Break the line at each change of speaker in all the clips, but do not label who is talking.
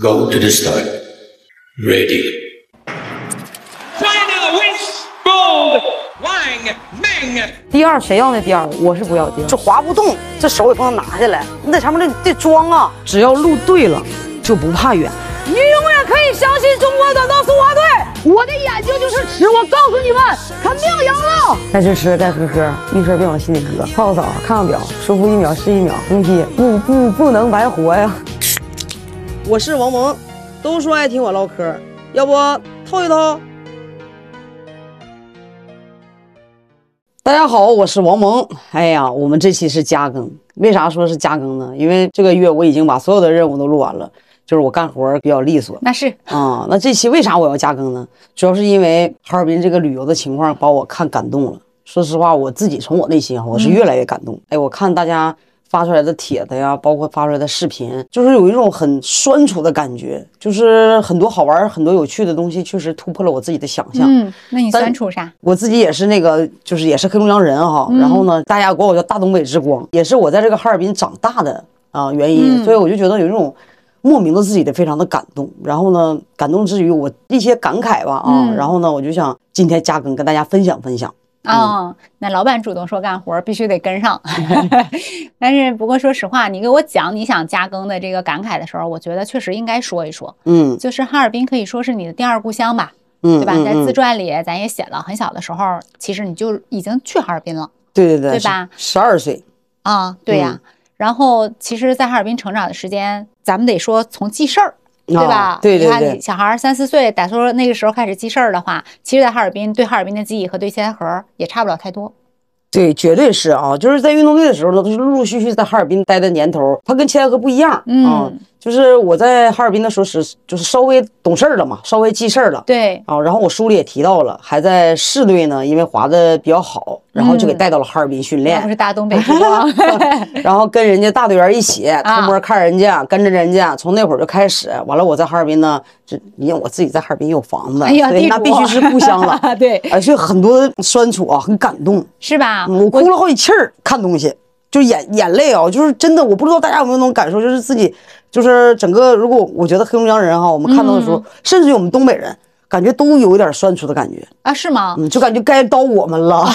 Go to the start. Ready.
China wins gold. Wang Ming
第二谁要那第二？我是不要第二
这，滑不动，这手也不能拿下来，你在上面得得装啊。
只要路对了，就不怕远。
你永远可以相信中国短道速滑队，我的眼睛就是尺，我告诉你们，肯定赢了。
该吃吃，该喝喝，一事别往心里搁。泡个澡，看看表，舒服一秒是一秒，横批不不不能白活呀。我是王蒙，都说爱听我唠嗑，要不透一透？大家好，我是王蒙。哎呀，我们这期是加更，为啥说是加更呢？因为这个月我已经把所有的任务都录完了，就是我干活儿比较利索，
那是
啊、那这期为啥我要加更呢？主要是因为哈尔滨这个旅游的情况把我看感动了。说实话，我自己从我内心啊，我是越来越感动。哎，我看大家发出来的帖子呀，包括发出来的视频，就是有一种很酸楚的感觉，就是很多好玩儿、很多有趣的东西，确实突破了我自己的想象。
嗯，那你
咱
酸楚啥？
我自己也是那个，就是也是黑龙江人哈，
嗯
然后呢，大家管我叫大东北之光，也是我在这个哈尔滨长大的啊、原因，
嗯
所以我就觉得有一种莫名的自己的非常的感动，然后呢，感动之余我一些感慨吧啊，
嗯
然后呢，我就想今天加更跟大家分享分享，
啊、那老板主动说干活，必须得跟 上。但是不过说实话，你给我讲你想加更的这个感慨的时候，我觉得确实应该说一说，
嗯
就是哈尔滨可以说是你的第二故乡吧，
嗯，
对吧？
嗯
在
嗯
自传里咱也写了，很小的时候其实你就已经去哈尔滨了。
对对对，
对吧？
十二岁，
啊，对呀、
嗯
然后其实，在哈尔滨成长的时间，咱们得说从记事儿，对
啊
吧？
对
你
对
看
对
你小孩儿三四岁，打说那个时候开始记事儿的话，其实，在哈尔滨对哈尔滨的记忆和对仙河儿也差不了太多。
对，绝对是啊！就是在运动队的时候呢，都是陆陆续续在哈尔滨待的年头，它跟千河不一样啊、
嗯
就是我在哈尔滨的时候是，就是稍微懂事儿了嘛，稍微记事儿了。
对，
啊，然后我书里也提到了，还在市队呢，因为滑的比较好，然后就
嗯
给带到了哈尔滨训
那不
练，
是大东北之光。
然后跟人家大队员一起
啊
偷摸看人家，跟着人家，从那会儿就开始。完了，我在哈尔滨呢，这因为我自己在哈尔滨有房子，
哎呀，
所以
地
那
主，
必须是故乡了。
对，
而且很多酸楚啊，很感动，
是吧？
我哭了好几气儿，看东西就眼眼泪啊，就是真的，我不知道大家有没有那种感受，就是自己就是整个，如果我觉得黑龙江人哈，我们看到的时候，甚至于我们东北人，感觉都有一点酸楚的感觉。
啊，是吗？
嗯，就感觉该到我们了。啊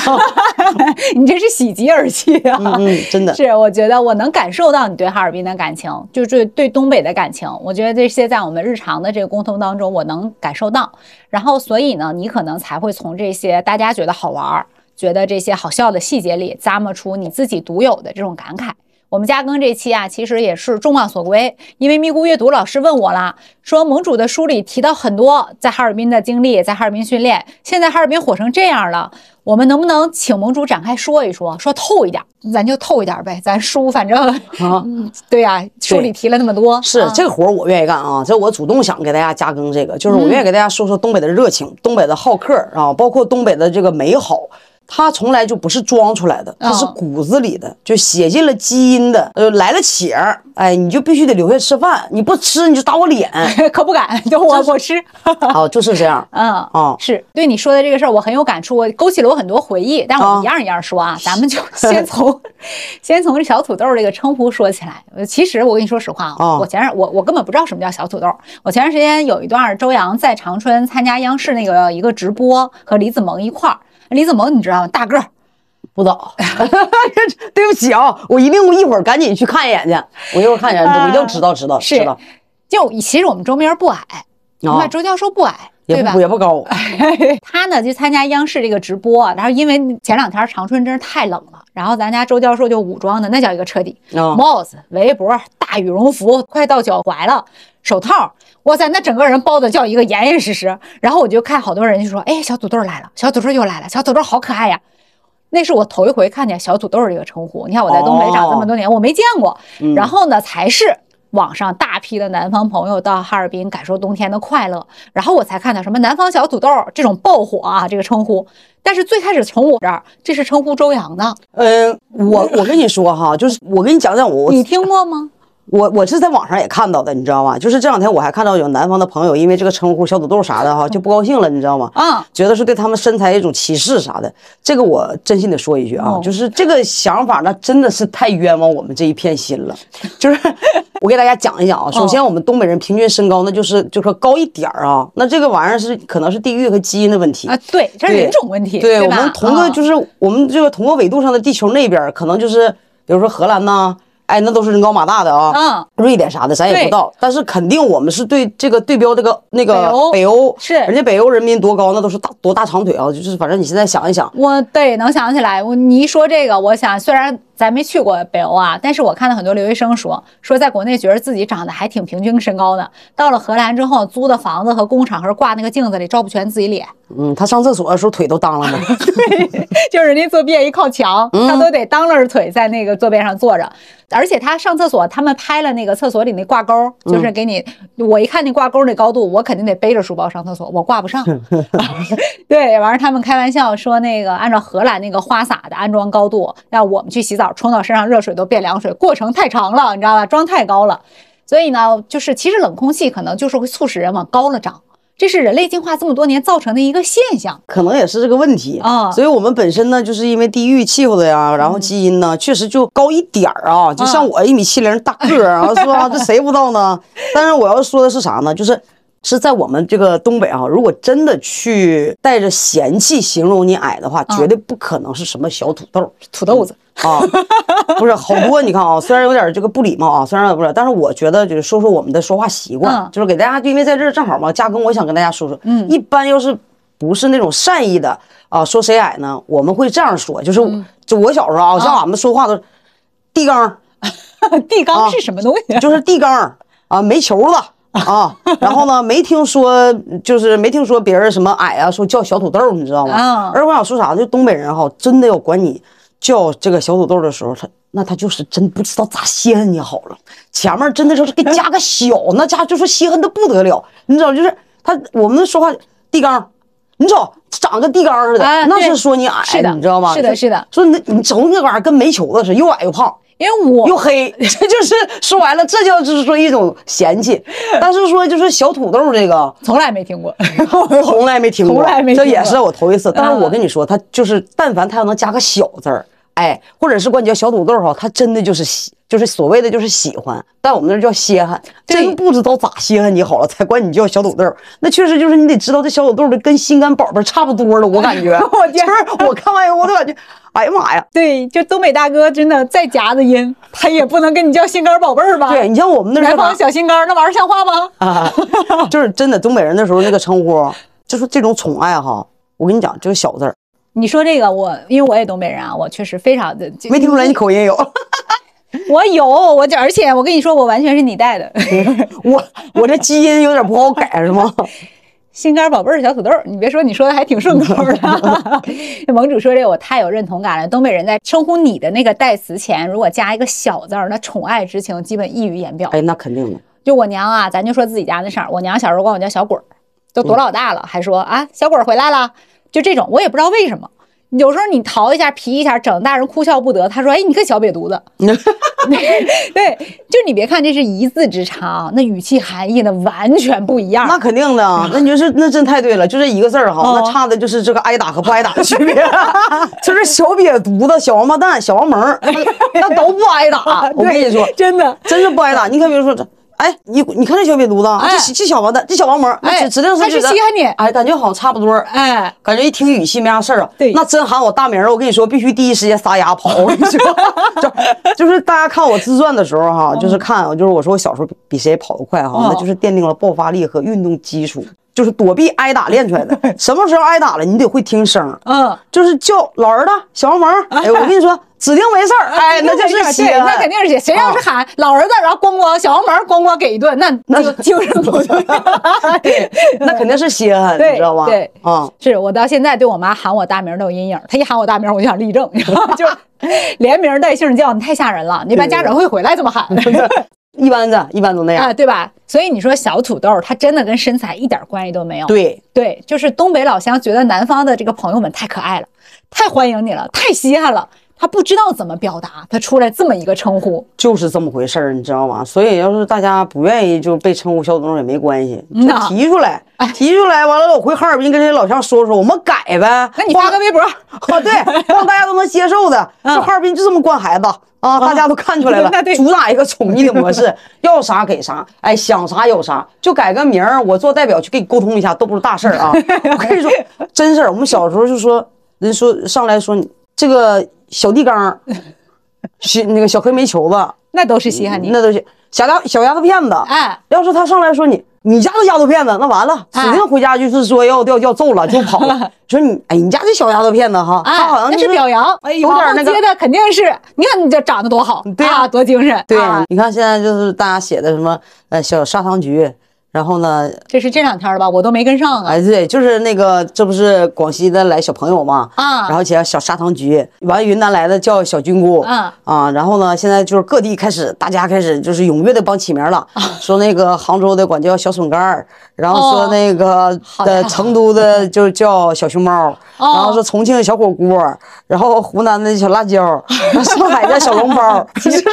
你这是喜极而泣啊！
嗯嗯，真的，
是，我觉得我能感受到你对哈尔滨的感情，就是对对东北的感情。我觉得这些在我们日常的这个沟通当中，我能感受到。然后，所以呢，你可能才会从这些大家觉得好玩儿、觉得这些好笑的细节里，咂摸出你自己独有的这种感慨。我们加更这期啊，其实也是众望所归，因为咪咕阅读老师问我啦，说盟主的书里提到很多在哈尔滨的经历，在哈尔滨训练，现在哈尔滨火成这样了，我们能不能请盟主展开说一说，说透一点，咱就透一点呗，咱书反正，
啊
嗯 对呀、书里提了那么多，
是
啊
这个活儿我愿意干啊，这我主动想给大家加更这个，就是我
嗯
愿意给大家说说东北的热情、东北的好客儿啊，包括东北的这个美好。它从来就不是装出来的，它是
嗯
骨子里的，就写进了基因的，呃，来了且儿，哎，你就必须得留下吃饭，你不吃你就打我 脸，
可不敢，就我我吃，
啊，就是这样，
嗯
哦
是对你说的这个事儿，我很有感触，我勾起了我很多回忆。但
哦
我们一样一样说啊，咱们就先 从先从小土豆这个称呼说起来。呃其实我跟你说实话啊，
哦
我前段我我根本不知道什么叫小土豆。我前段时间有一段周洋在长春参加央视那个一个直播，和李子萌一块儿。李子萌你知道吗？大个儿，
不 倒， 对不起啊，我一定一会儿赶紧去看一眼去，我一会儿看一眼，我一定知道知道
啊是
知道，
就其实我们周明儿不矮，你
啊
看周教授不矮，
也
对吧哎
不？也不高，
他呢就参加央视这个直播，啊然后因为前两天长春真是太冷了，然后咱家周教授就武装的那叫一个彻底，
啊
帽子、围脖、大羽绒服，快到脚踝了，手套，哇塞，那整个人包的叫一个严严实实。然后我就看好多人就说，哎，小土豆来了，小土豆又来了，小土豆好可爱呀。那是我头一回看见“小土豆”这个称呼。你看我在东北长这么多年，我没见过。然后呢，才是网上大批的南方朋友到哈尔滨感受冬天的快乐，然后我才看到什么“南方小土豆”这种爆火啊，这个称呼。但是最开始从我这儿，这是称呼周洋的，
嗯，我我跟你说哈，就是我跟你讲讲我
你听过吗？
我我是在网上也看到的，你知道吗？就是这两天我还看到有南方的朋友因为这个称呼小土豆啥的哈就不高兴了，你知道吗？
啊，
觉得是对他们身材一种歧视啥的。这个我真心得说一句啊，
哦
就是这个想法那真的是太冤枉我们这一片心了。就是我给大家讲一讲啊，
哦
首先我们东北人平均身高那就是就说高一点儿啊，那这个玩意儿是可能是地域和基因的问题
啊，对，这是
对
人种问题，
对，我
吧嗯
们同个就是是我们这个同个纬度上的地球那边儿，可能就是比如说荷兰呐、哎，那都是人高马大的啊，
嗯
瑞典啥的咱也
对
不到，但是肯定我们是对这个对标这个那
北
个
欧
北欧
是
人家北欧人民多高，那都是大多大长腿啊，就是反正你现在想一想，
我对能想起来，我你一说这个，我想虽然咱没去过北欧啊，但是我看到很多留学生说，说在国内觉得自己长得还挺平均身高的，到了荷兰之后，租的房子和工厂和挂那个镜子里照不全自己脸，
嗯，他上厕所的时候腿都当啷了，
就是人家坐便一靠墙，他都得当着腿在那个坐便上坐着，而且他上厕所，他们拍了那个厕所里那挂钩，就是给你，我一看那挂钩那高度，我肯定得背着书包上厕所，我挂不上。 对，完了他们开玩笑说那个按照荷兰那个花洒的安装高度，让我们去洗澡冲到身上热水都变凉水，过程太长了，你知道吧？装太高了，所以呢，就是其实冷空气可能就是会促使人往高了长。这是人类进化这么多年造成的一个现象，
可能也是这个问题
啊
所以我们本身呢，就是因为地域气候的呀，然后基因呢，
嗯
确实就高一点儿啊，就像我一米七零大个儿啊，是吧？这谁不到 呢？但是我要说的是啥呢？就是。是在我们这个东北啊，如果真的去带着嫌弃形容你矮的话，
啊
绝对不可能是什么小土豆，
土豆子。
啊， 不是好多，你看啊，虽然有点这个不礼貌啊，虽然有点不礼貌，但是我觉得就是说说我们的说话习惯，
嗯
就是给大家，因为在这儿正好嘛，嘉庚，我想跟大家说说，
嗯
一般要是不是那种善意的啊，说谁矮呢，我们会这样说，就是
嗯
我、就我小时候啊，像
啊
俺们说话都是地缸，
地
啊
缸是什么东西？
就是地缸啊，煤球子。啊，然后呢，没听说，就是没听说别人什么矮啊，说叫小土豆，你知道吗？
啊
而我想说啥，就东北人哈，真的要管你叫这个小土豆的时候，他那他就是真不知道咋稀罕你好了。前面真的就是给加个小，那家伙就说稀罕的不得了，你知道，就是他我们说话地缸，你瞅长跟地缸似的，
啊
那
对
是说你矮，
是的
你知道吗？
是的是的，
说你你瞅你那玩意儿跟煤球子似的，又矮又胖。
因为我
又 黑，这就是说白了，这叫就是说一种嫌 弃。但是说就是小土豆这个，
从来没听 过。
从来没听过，
嗯从来没听过
这
嗯
也是我头一次。但是我跟你说，他就是但凡他要能加个小字儿，哎，或者是管你叫小土豆哈，他真的就是喜，就是所谓的就是喜欢，但我们那儿叫稀罕，
对
真不知道咋稀罕你好了，才管你叫小土豆。那确实就是你得知道这小土豆的跟心肝宝贝差不多了，我感觉，
我天
就是我看完以后我都感觉，哎呀妈呀，
对，就东北大哥真的再夹子音，他也不能跟你叫心肝儿宝贝儿吧？
对，你像我们那儿
啊南
叫啥
方小心肝儿，那玩意儿像话吗？
啊，就是真的东北人的时候那个称 呼，就是这种宠爱哈。我跟你讲，就是小字儿，
你说这个我，因为我也东北人啊，我确实非常的
没听出来你口音 有。
我有我这，而且我跟你说，我完全是你带 的
我我这基因有点不好改是 吗？
心肝儿宝贝儿小土豆儿。你别说，你说的还挺顺口的。 盟主说这个我太有认同感了。东北人在称呼你的那个代词前，如果加一个小字儿，那宠爱之情基本溢于言表。
哎，那肯定的。
就我娘啊，咱就说自己家那事儿，我娘小时候管我叫小鬼儿，都多老大了，还说啊小鬼儿回来了，就这种，我也不知道为什么。有时候你淘一下、皮一下，整大人哭笑不得。他说：“哎，你个小瘪犊子。” 对，就你别看这是一字之差啊，那语气含义呢完全不一样。
那肯定的，那你就是那真太对了，就这一个字儿哈，
哦
那差的就是这个挨打和不挨打的区 别，就是小瘪犊子、小王八蛋、小王萌 儿，那那都不挨打。我跟你说
对，真的，
真是不挨打。你看，比如说这，哎，你你看这小瘪犊子啊，
哎
这小这小王八蛋，这小王萌儿，那
哎
指指定
还
是
是
指的
稀罕你
哎，感觉好像差不多儿。
哎，
感觉一听语气没啥事儿啊。
对
那真喊我大名儿，我跟你说，必须第一时间撒丫跑。我跟你说，就就是大家看我自传的时候哈，就是看就是我说我小时候比谁跑得快哈
哦，
那就是奠定了爆发力和运动基础，就是躲避挨打练出来的。什么时候挨打了，你得会听声儿。
嗯，
就是叫老儿子、小王萌儿，哎，我跟你说，指定没事儿，哎，那就
对
是稀啊
对，
罕，
那肯定是谁要是喊老儿子，然后咣咣小黄门咣咣给一顿，那那就精神 不对。
对，那肯定是稀罕，
对
你知道吗？
对
啊，
是我到现在对我妈喊我大名都有阴影，她一喊我大名我就想立正， 就连名带姓叫，你太吓人了，你一般家长会回来这么喊
一般的，一般都那样
啊，。对吧？所以你说小土豆，它真的跟身材一点关系都没有。
对，
对，就是东北老乡觉得南方的这个朋友们太可爱了，太欢迎你了，太稀罕了，他不知道怎么表达，他出来这么一个称呼，
就是这么回事儿，你知道吗？所以要是大家不愿意就被称呼小董也没关 系，
嗯
就
呐
提出来
哎，
提出来完了，我回哈尔滨跟这些老乡说说，我们改呗。
那你发个 微博，
啊，对，让大家都能接受的。
嗯
这哈尔滨就这么惯孩子啊，大家都看出来了
那对，
主打一个宠溺的模 式，要啥给啥，哎，想啥有啥，就改个名儿，我做代表去给你沟通一下，都不是大事 儿啊。我跟你说，真事儿，我们小时候就说，人说上来说你这个小地缸，小那个小黑煤球子，
那都是稀罕你。
那都是小丫小丫头片子，
哎，
要是他上来说你，你家这丫头骗子，那完了，
哎
指定回家就是说要要要揍了，就跑 了。说你，哎，你家这小丫头骗子哈，
哎，
他好像
那
就是
表扬，
哎，有点那
接
个。
的肯定是，你看你这长得多好，
对啊
啊，多精神，
对
啊，，
你看现在就是大家写的什么，呃，小砂糖橘，然后呢，
这是这两天儿吧，我都没跟上啊，
哎，对，就是那个，这不是广西的来小朋友嘛，
啊
然后叫小砂糖橘，完云南来的叫小菌菇，
啊
啊，然后呢，现在就是各地开始，大家开始就是踊跃的帮起名了，
啊
说那个杭州的管叫小笋干儿，然后
哦
说那个
好呀哦
呃成都 的就叫小熊猫，然后说重庆的小火锅，然后湖南的小辣椒，上海的小笼包， 就是。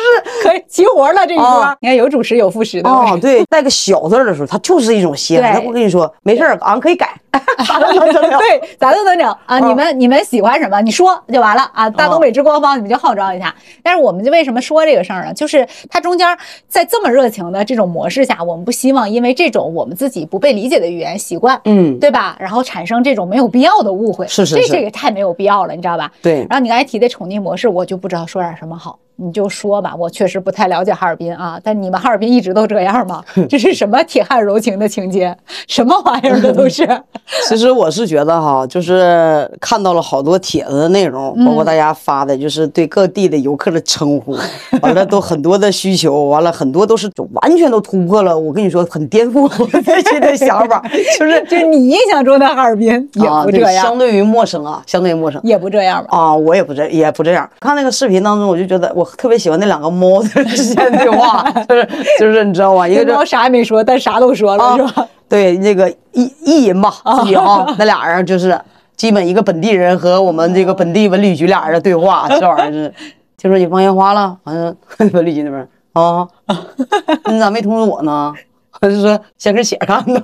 可以齐活了这一桌
啊，
你看有主食有副食的，
哦，对，带个小字儿的时候，它就是一种稀罕。
对
那我跟你说，没事儿，俺可以改， 咋 都能整了。
对，咱都能整啊！
嗯
你们你们喜欢什么，你说就完了
哦
啊！大东北之光帮你们就号召一下。但是我们就为什么说这个事儿呢？就是它中间在这么热情的这种模式下，我们不希望因为这种我们自己不被理解的语言习惯，
嗯，
对吧？然后产生这种没有必要的误会，
是是
这
是
这个太没有必要了，你知道吧？
对，
然后你刚才提的宠溺模式，我就不知道说点什么好，你就说吧。我确实不太了解哈尔滨啊，但你们哈尔滨一直都这样吗？这是什么铁汉柔情的情节？什么玩意儿？这 都是
其实我是觉得哈，就是看到了好多帖子的内容，包括大家发的，就是对各地的游客的称呼，完了都很多的需求，完了很多都是就完全都突破了。我跟你说，很颠覆我内心的想法， 就是
就你印象中的哈尔滨也
啊，
不
对
这样，
相对于陌生啊，相对于陌生。
也不这样吧？
啊，我也不这也不这样。看那个视频当中，我就觉得我特别喜欢那两个猫的 之间对话， 就是就是你知道吗？一个
这
叫
猫啥也没说，但啥都说了，
啊
是吧？
对，那个意意淫吧，自己啊，那俩人就是基本一个本地人和我们这个本地文旅局俩人的对话，这玩意儿是，听说你放烟花了， 好像文旅局那边啊，你咋没通知我呢？ 我就说先跟姐看 的，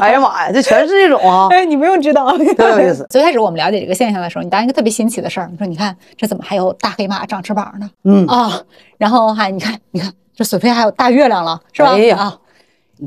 哎呀妈呀，这全是这种啊，
哎，你不用知道，
特有意思。
最开始我们了解这个现象的时候，你当一个特别新奇的事儿，你说你看这怎么还有大黑马长翅膀呢？
嗯
啊、然后还你看你看这索菲亚还有大月亮了，是吧？
哎呀
啊，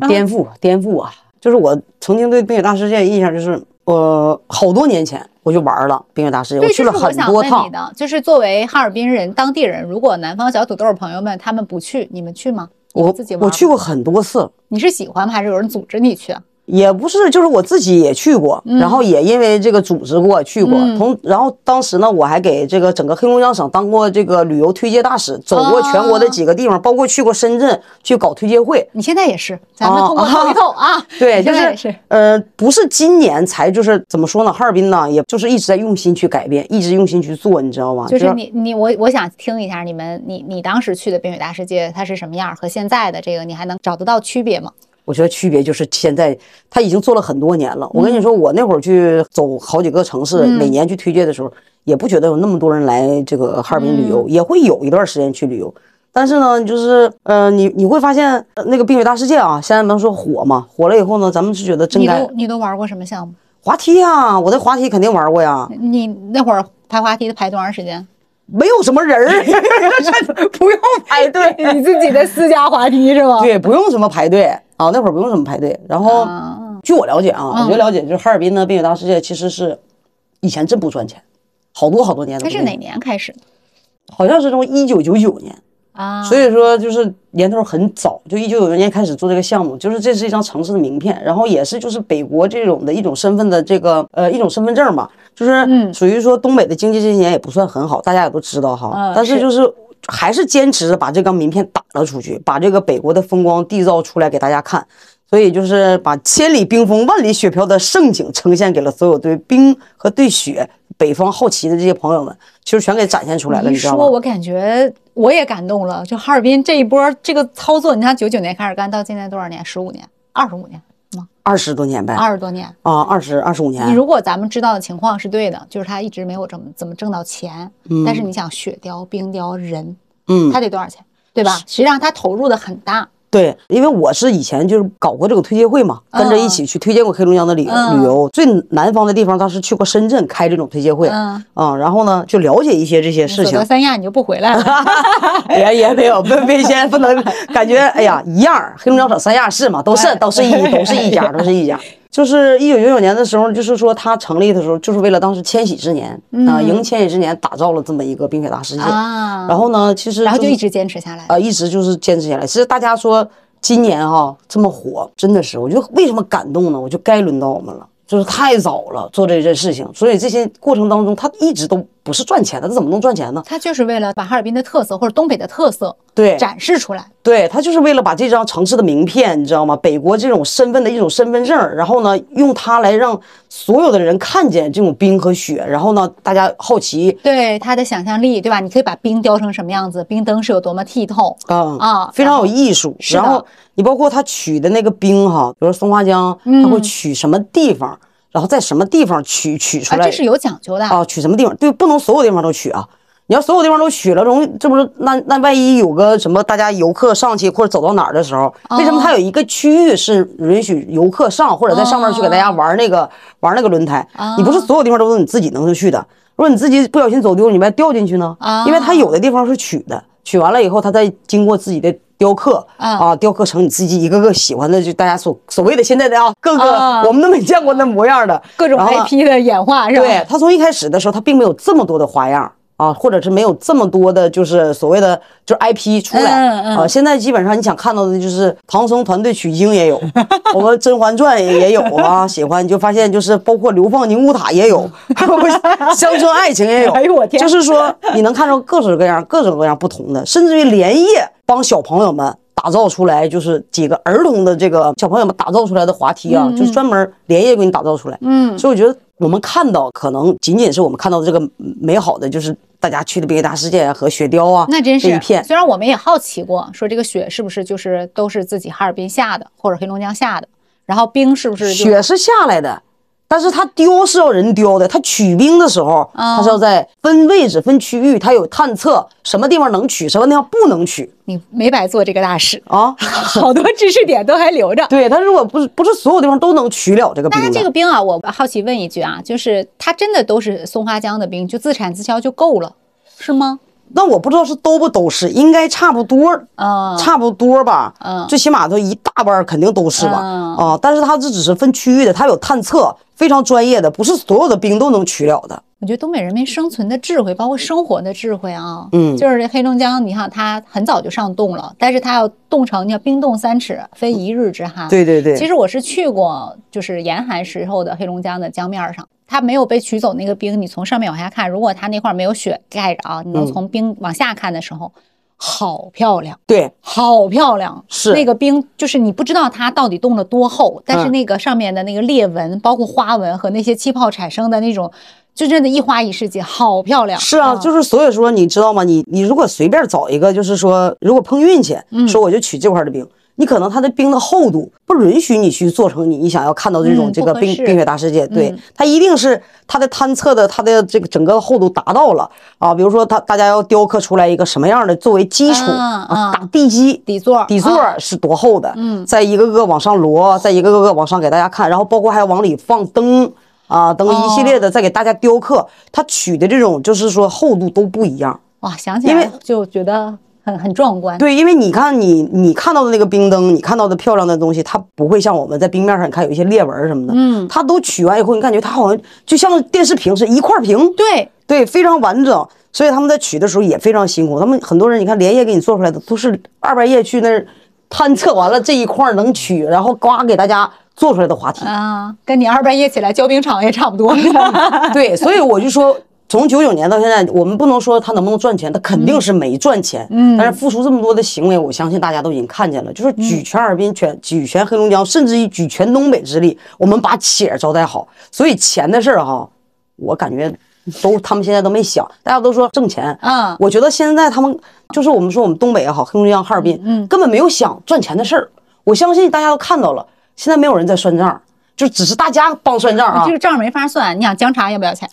颠覆颠覆啊！就是我曾经对冰雪大世界的印象就是，我好多年前我就玩了冰雪大世界，
对，
我去了很
这是
多
我想问
趟
你，的，就是作为哈尔滨人、当地人，如果南方小土豆朋友们他们不去，你们去吗？你们
我
自己玩
我
吗
去，过很多次，
你是喜欢吗？还是有人组织你去啊？
也不是，就是我自己也去过，然后也因为这个组织过去过，
嗯
同然后当时呢，我还给这个整个黑龙江省当过这个旅游推介大使，走
哦
过全国的几个地方，包括去过深圳去搞推介会。
你现在也是，咱们
哦
通过透一透啊。
对，
你
就
现在也
是
是
呃，不是今年才，就是怎么说呢？哈尔滨呢，也就是一直在用心去改变，一直用心去做，你知道吗？
就是你你我我想听一下你们你你当时去的冰雪大世界它是什么样儿，和现在的这个你还能找得到区别吗？
我觉得区别就是现在他已经做了很多年了。我
嗯
跟你说，我那会儿去走好几个城市，每年去推介的时候，也不觉得有那么多人来这个哈尔滨旅游，
嗯
也会有一段时间去旅游。但是呢，就是呃，你你会发现呃那个冰雪大世界啊，现在能说火嘛？火了以后呢，咱们是觉得真
你
该
都你都玩过什么项目？
滑梯啊，我在滑梯肯定玩过呀，
你那会儿排滑梯排多长时间？
没有什么人儿， 不用排队，
你自己的私家滑梯是吗？
对，不用什么排队啊，那会儿不用什么排队。然后，
啊
据我了解啊，我觉得了解就是哈尔滨的冰雪大世界其实是以前真不赚钱，好多好多年都不
它是
赚
哪
钱。
年开始的
好像是从一九九九年，
啊？
所以说就是年头很早，就一九九九年开始做这个项目，就是这是一张城市的名片，然后也是就是北国这种的一种身份的这个呃一种身份证嘛，就是
嗯
属于说东北的经济这些年也不算很好，大家也都知道
嗯
哈，但是
是
就是。还是坚持着把这张名片打了出去，把这个北国的风光缔造出来给大家看，所以就是把千里冰封、万里雪飘的盛景呈现给了所有对冰和对雪、北方好奇的这些朋友们，其实全给展现出来了，
你
你
一
知道
说，
吗？
我感觉我也感动了。就哈尔滨这一波这个操作，你看九九年开始干，到今年多少年？十五年、二十五年，
二十多年呗，
二十多年。
啊，二十二十五年
你。如果咱们知道的情况是对的，就是他一直没有怎么怎么挣到钱，
嗯
但是你想雪雕、冰雕、人，
嗯
他，得多少钱，对吧？实际上他投入的很大，
对，因为我是以前就是搞过这个推介会嘛，跟着一起去推荐过黑龙江的旅游
嗯
旅游。最南方的地方，当时去过深圳开这种推介会
嗯，
啊，然后呢，就了解一些这些事
走
情
到。三亚你就不回来了，
也也没有，没没先不能感觉，哎呀，一样儿，黑龙江省三亚市嘛，都是都是一都是一家，都是一 家。就是一九九九年的时候，就是说它成立的时候，就是为了当时千禧之年啊、
嗯
迎千禧之年打造了这么一个冰雪大世界。
啊
然后呢，其实
然后就是一直坚持下来。
呃，一直就是坚持下来。其实大家说今年哈、这么火，真的是，我就为什么感动呢？我就该轮到我们了，就是太早了做这件事情，所以这些过程当中，他一直都不是赚钱的，他怎么能赚钱呢？
他就是为了把哈尔滨的特色或者东北的特色
对，
展示出来，
对他就是为了把这张城市的名片，你知道吗？北国这种身份的一种身份证儿，然后呢，用它来让所有的人看见这种冰和雪，然后呢，大家好奇，
对他的想象力，对吧？你可以把冰雕成什么样子，冰灯是有多么剔透，
啊
啊
非常
然后
有艺术。
是的
然后你包括他取的那个冰哈，比如说松花江，
嗯
他会取什么地方，然后在什么地方取取出
啊，
来，
这是有讲究的。
啊，取什么地方？对，不能所有地方都取啊。你要所有地方都取了，容易这不是那那万一有个什么，大家游客上去或者走到哪儿的时候，为
哦
什么它有一个区域是允许游客上或者在上面去给大
哦
家玩那个、玩那个轮胎？你不是所有地方都是你自己能去的，如果你自己不小心走丢了，你万一掉进去呢？
啊
因为它有的地方是取的，取完了以后，它再经过自己的雕刻
啊
啊，雕刻成你自己一个个喜欢的，就大家所所谓的现在的啊，各
啊
个我们都没见过那模样的
各种
然后呢
IP 的演化是吧？
对，他从一开始的时候，他并没有这么多的花样啊，或者是没有这么多的，就是所谓的就是 IP 出来
嗯嗯
啊。现在基本上你想看到的就是唐僧团队取经也 有，我们《甄嬛传》也也有啊，喜欢就发现就是包括流放宁古塔也 有，包括乡村爱情也有。
哎呦我天
就是说你能看到各种各样、各种各样不同的，甚至于连夜帮小朋友们。打造出来就是几个儿童的这个小朋友们打造出来的滑梯啊，就是专门连夜给你打造出来。
嗯，
所以我觉得我们看到，可能仅仅是我们看到的这个美好的，就是大家去的冰雪大世界啊和雪雕啊，
那真是
这一片。
虽然我们也好奇过，说这个雪是不是就是都是自己哈尔滨下的，或者黑龙江下的，然后冰是不是就
雪是下来的，但是它雕是要人雕的，它取冰的时候，
啊
它是要在分位置、分区域，它有探测什么地方能取，什么地方不能取
你没白做这个大使，
啊。
好多知识点都还 留着。
对，它如果不是不是所有地方都能取了这个冰
那它
的，
这个冰啊，我好奇问一句啊，就是它真的都是松花江的冰，就自产自销就够了，是吗？
那我不知道是都不都是，应该差不多儿
嗯，
差不多吧，
嗯
最起码都一大半儿肯定都是吧，
嗯
啊，但是它这只是分区域的，它有探测，非常专业的，不是所有的冰都能取了的。
我觉得东北人民生存的智慧，包括生活的智慧啊，
嗯
就是黑龙江，你看它很早就上冻了，但是它要冻成，你看冰冻三尺，非一日之寒。
对
其实我是去过，就是严寒时候的黑龙江的江面儿上，它没有被取走那个冰，你从上面往下看，如果它那块儿没有雪盖着啊，你能
嗯
从冰往下看的时候，好漂亮。
对，
好漂亮，
是
那个冰，就是你不知道它到底冻了多厚，但是
嗯
那个上面的那个裂纹，包括花纹和那些气泡产生的那种，就真的一花一世界，好漂亮。嗯
是啊，就是所以说你知道吗？你你如果随便找一个，就是说如果碰运气，
嗯
说我就取这块儿的冰。你可能它的冰的厚度不允许你去做成你你想要看到这
嗯
种这个
不合
冰、
适
冰雪大世界，对、
嗯
它一定是它的探测的它的这个整个厚度达到了啊，比如说它大家要雕刻出来一个什么样的作为基础
啊啊
打地基
底座儿
底座
啊
儿是多厚的，
嗯
再一个个往上摞，再一个个个往上给大家看，然后包括还要往里放灯啊，
哦
灯一系列的，再给大家雕刻，它取的这种就是说厚度都不一样。
哇，想起
因
来
为
就觉得很很壮观。
对，因为你看你你看到的那个冰灯，你看到的漂亮的东西，它不会像我们在冰面上你看有一些裂纹什么的，
嗯
它都取完以后，你感觉它好像就像电视屏是一块屏，
对
对，非常完整。所以他们在取的时候也非常辛苦，他们很多人你看连夜给你做出来的都是二半夜去那儿 探测完了这一块儿能取，然后呱给大家做出来的滑梯。
啊，跟你二半夜起来交冰场也差不 多。啊
对，所以我就说，从九九年到现在，我们不能说他能不能赚钱，他肯定是没赚钱。
嗯
但是付出这么多的行为，我相信大家都已经看见了，就是举全哈尔滨、全举全黑龙江，甚至于举全东北之力，我们把且招待好。所以钱的事儿哈，我感觉都他们现在都没想，大家都说挣钱。
嗯
我觉得现在他们就是我们说我们东北也好，黑龙江、哈尔滨，
嗯
根本没有想赚钱的事儿。我相信大家都看到了。现在没有人在算账，就只是大家帮算账啊
这个账没法算。你想姜茶要不要 钱？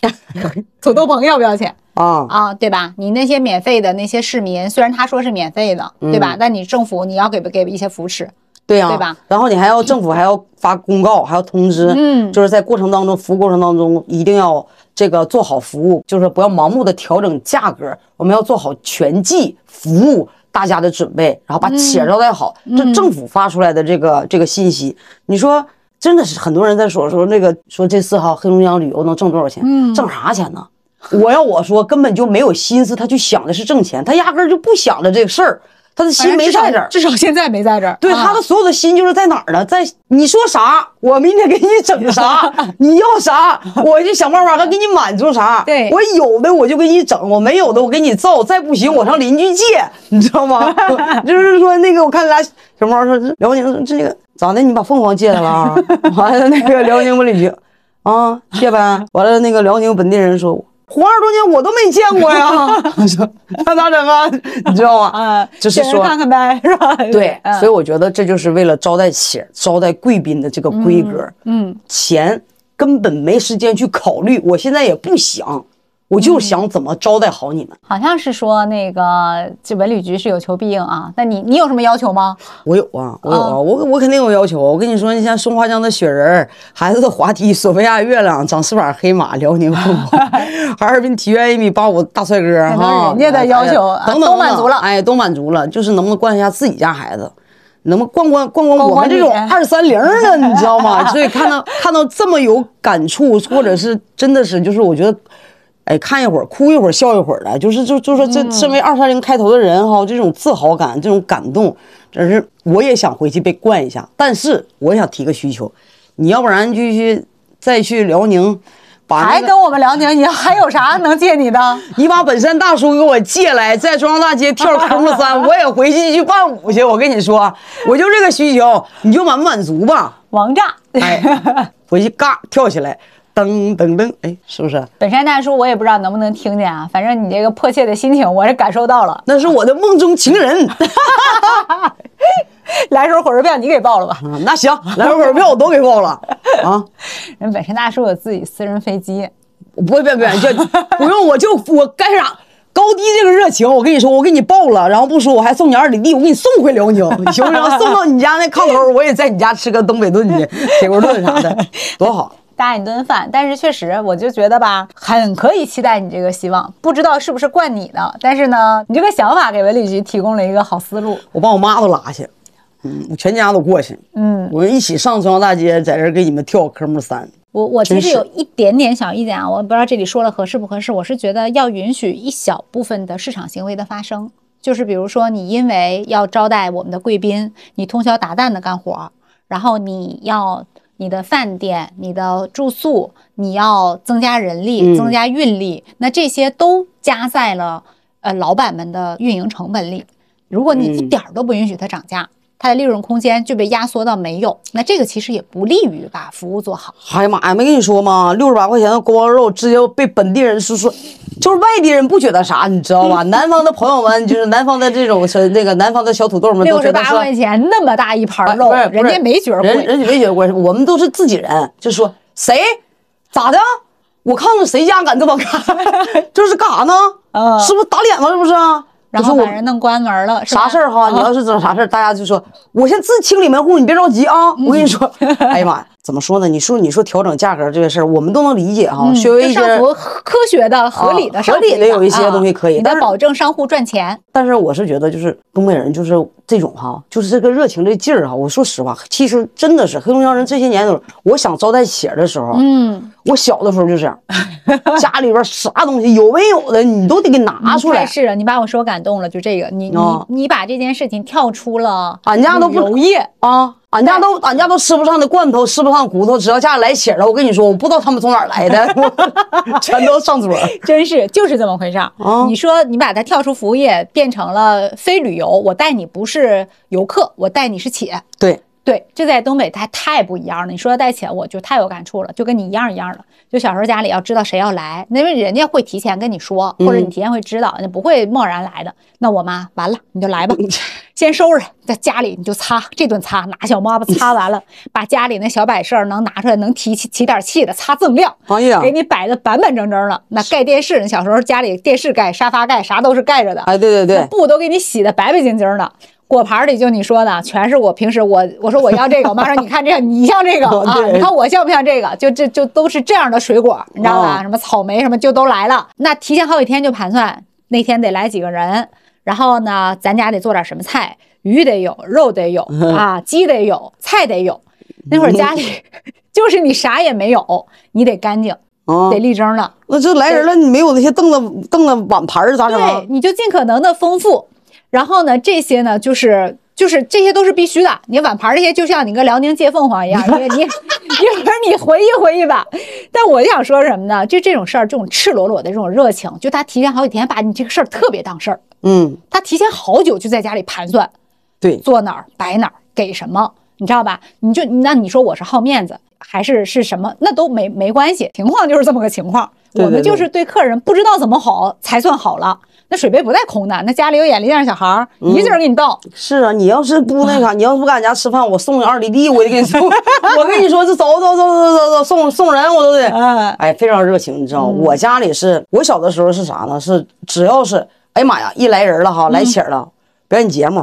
土豆棚要不要钱？
啊！
啊，对吧？你那些免费的那些市民，虽然他说是免费的，
嗯
对吧？但你政府你要给给一些扶持，
对呀、
对吧？
然后你还要政府还要发公告，还要通知，
嗯
就是在过程当中，服务过程当中一定要这个做好服务，就是不要盲目的调整价格，我们要做好全季服务大家的准备，然后把企业招待好。
嗯
这政府发出来的这个这个信息，你说真的是很多人在说说那个说这次哈黑龙江旅游能挣多少钱？
嗯
挣啥钱呢？我要我说，根本就没有心思，他去想的是挣钱，他压根儿就不想着这个事儿，他的心没在这儿。
至少现在没在这儿。
对，
啊
他的所有的心就是在哪儿呢？在你说啥，我明天给你整啥，你要啥，我就想办法给你满足啥。
对
我有的我就给你整，我没有的我给你造，再不行我上邻居借，你知道吗？ 就是说那个，我看咱俩小猫说这辽宁说这个咋的？你把凤凰借来了 啊？完了那个辽宁文旅局啊借呗。完了那个辽宁本地人说。活二十多年我都没见过呀， 我说那咋整啊？你知道吗？
啊，
就是
给人
说
看看呗， 是吧？
对，
嗯
所以我觉得这就是为了招待企业、招待贵宾的这个规格，
嗯，
钱根本没时间去考虑，我现在也不想，我就想怎么招待好你们。
好像是说那个这文旅局是有求必应啊。那你你有什么要求吗？
我有啊，我有啊，
哦
我我肯定有要求。我跟你说，你像松花江的雪人儿、孩子的滑梯、索菲亚月亮、长翅膀黑马、辽宁凤 凰、哈尔滨体院一米八五大帅哥
那都是
哈，
人家的要求
哎呀
啊
等等
都
等
满
等
足了
哎，都满足了，就是能不能惯一下自己家孩子。能不能逛逛逛逛
逛
我
逛
们这种
你哎
二三零的，你知道吗？所以看到看到这么有感触，或者是真的是就是我觉得，哎，看一会儿哭一会儿笑一会儿的，就是就就说这身为二三零开头的人哈，这种自豪感、这种感动，真是我也想回去被灌一下。但是我想提个需求，你要不然就去再去辽宁，把那
还
个
跟我们辽宁，你还有啥能借你的？
你把本山大叔给我借来，在中央大街跳科目三，我也回去去伴舞去。我跟你说，我就这个需求，你就满不满足吧？
王炸！
哎，回去嘎跳起来，噔噔噔，哎，是不是？
本山大叔，我也不知道能不能听见啊。反正你这个迫切的心情，我是感受到了。
那是我的梦中情 人。啊
来时候火车票你给报了吧。
啊那行，来回票我都给报了啊！
人本山大叔有自己私人飞机，
不别别， 就不用，我就我干啥？高低这个热情，我跟你说，我给你报了，然后不说，我还送你二里地，我给你送回辽宁，行不行？送到你家那炕头，我也在你家吃个东北炖去，铁锅炖啥的，多好。
搭一顿饭。但是确实，我就觉得吧，很可以期待你这个希望。不知道是不是惯你的，但是呢，你这个想法给文旅局提供了一个好思路。
我把我妈都拉去，嗯，我全家都过去，
嗯，
我们一起上中央大街，在这儿给你们跳科目三。
我我其
真
实
是
有一点点小意见啊，我不知道这里说了合适不合适。我是觉得要允许一小部分的市场行为的发生，就是比如说你因为要招待我们的贵宾，你通宵达旦的干活儿，然后你要你的饭店、你的住宿，你要增加人
嗯
力、增加运力，那这些都加在了呃老板们的运营成本里。如果你一
嗯
点儿都不允许它涨价，它的利润空间就被压缩到没有，那这个其实也不利于把服务做好。
哎呀妈呀，没跟你说吗？六十八块钱的锅包肉，直接被本地人说说，就是外地人不觉得啥，你知道 吧？南方的朋友们，就是南方的这种是那个南方的小土豆们，都
六
觉得
十八
说哎
块钱那么大一盘
不
肉，
是不是
人家没觉得
人
贵。
人家没觉得贵，我们都是自己人，就说谁咋的？啊我看看谁家敢这么干， 这是干啥呢？
嗯
是不是打脸吗？是不是？我
然后
说我
把人弄关门了，是吧嗯
啥事儿哈？你要是整啥事儿，大家就说，我先自清理门户，你别着急啊。
嗯
我跟你 说，哎呀妈呀，怎么说呢？你说你说调整价格这个事儿，我们都能理解哈，
嗯
稍微
就
一
上
些。
符科学的、合理的、
啊
上
合理的
符
有一些
啊
东西可以
你
但
得
是
保证商户赚钱。
但是我是觉得，就是东北人就是这种哈，就是这个热情这劲儿哈。我说实话，其实真的是黑龙江人这些年都，我想招待喜儿的时候，
嗯，
我小的时候就这 样，家里边啥东西有没有的，你都得给拿出
太
来。
是了，你把我说感动了，就这个，你
啊
你你把这件事情跳出了
俺啊家都
旅
不
游业，
啊，俺家都俺家都吃不上的罐头，吃不上骨头，只要家里来喜儿了，我跟你说，我不知道他们从哪儿来的， 我全都上桌。
真是就是这么回事儿
啊。
你说你把它跳出服务业，变成了非旅游，我带你不是游客，我带你是企业。
对，
对，这在东北它太不一样了。你说带钱，我就太有感触了，就跟你一样一样的。就小时候家里要知道谁要来，因为人家会提前跟你说，或者你提前会知道，你不会贸然来的。那我妈完了，你就来吧， 先收拾，在家里你就擦，这顿擦，拿小抹布擦完了， 把家里那小摆设儿能拿出来，能提起起点气的擦锃亮。
哎呀
给，你摆的板板正正的。那盖电视，你小时候家里电视盖、沙发盖啥都是盖着的，
哎，对对
那
对，
布都给你洗的白白净净的。果盘里就你说的，全是我平时我 我说我要这个，我妈说你看这个，你像这个
哦
啊，
对
你看我像不像这个？就这就都是这样的水果，你知道吧？
哦
什么草莓什么就都来了。那提前好几天就盘算那天得来几个人，然后呢，咱家得做点什么菜，鱼得有，肉得 有啊，鸡得有，菜得有。那会儿家里 就是你啥也没有，你得 干净，
啊
得，立正了。
那这来人了，你没有那些凳子、凳子、碗盘儿咋整啊
对，？你就尽可能的丰富。然后呢，这些呢，就是就是这些都是必须的。你碗盘儿这些，就像你跟辽宁借凤凰一样，你你一会儿你回忆回忆吧。但我想说什么呢？就这种事儿，这种赤裸裸的这种热情，就他提前好几天把你这个事儿特别当事儿，
嗯，
他提前好久就在家里盘算，
对，
坐哪儿摆哪儿给什么，你知道吧？你就那你说我是好面子还是是什么？那都没没关系，情况就是这么个情况。
对对
我们就
对
是对客人不知道怎么好才算好了。那水杯不带空的，那家里有眼力见儿小孩儿，一劲儿给你倒。
是啊，你要是不那啥，你要是不搁俺家吃饭，我送你二里地，我就给你送。 我跟你说，这走走走走走走，送送人我都得。
嗯
哎，非常热情，你知道吗？我家里是我小的时候是啥呢？是只要是哎呀妈呀，一来人了
嗯
哈，来起儿了，表演节目。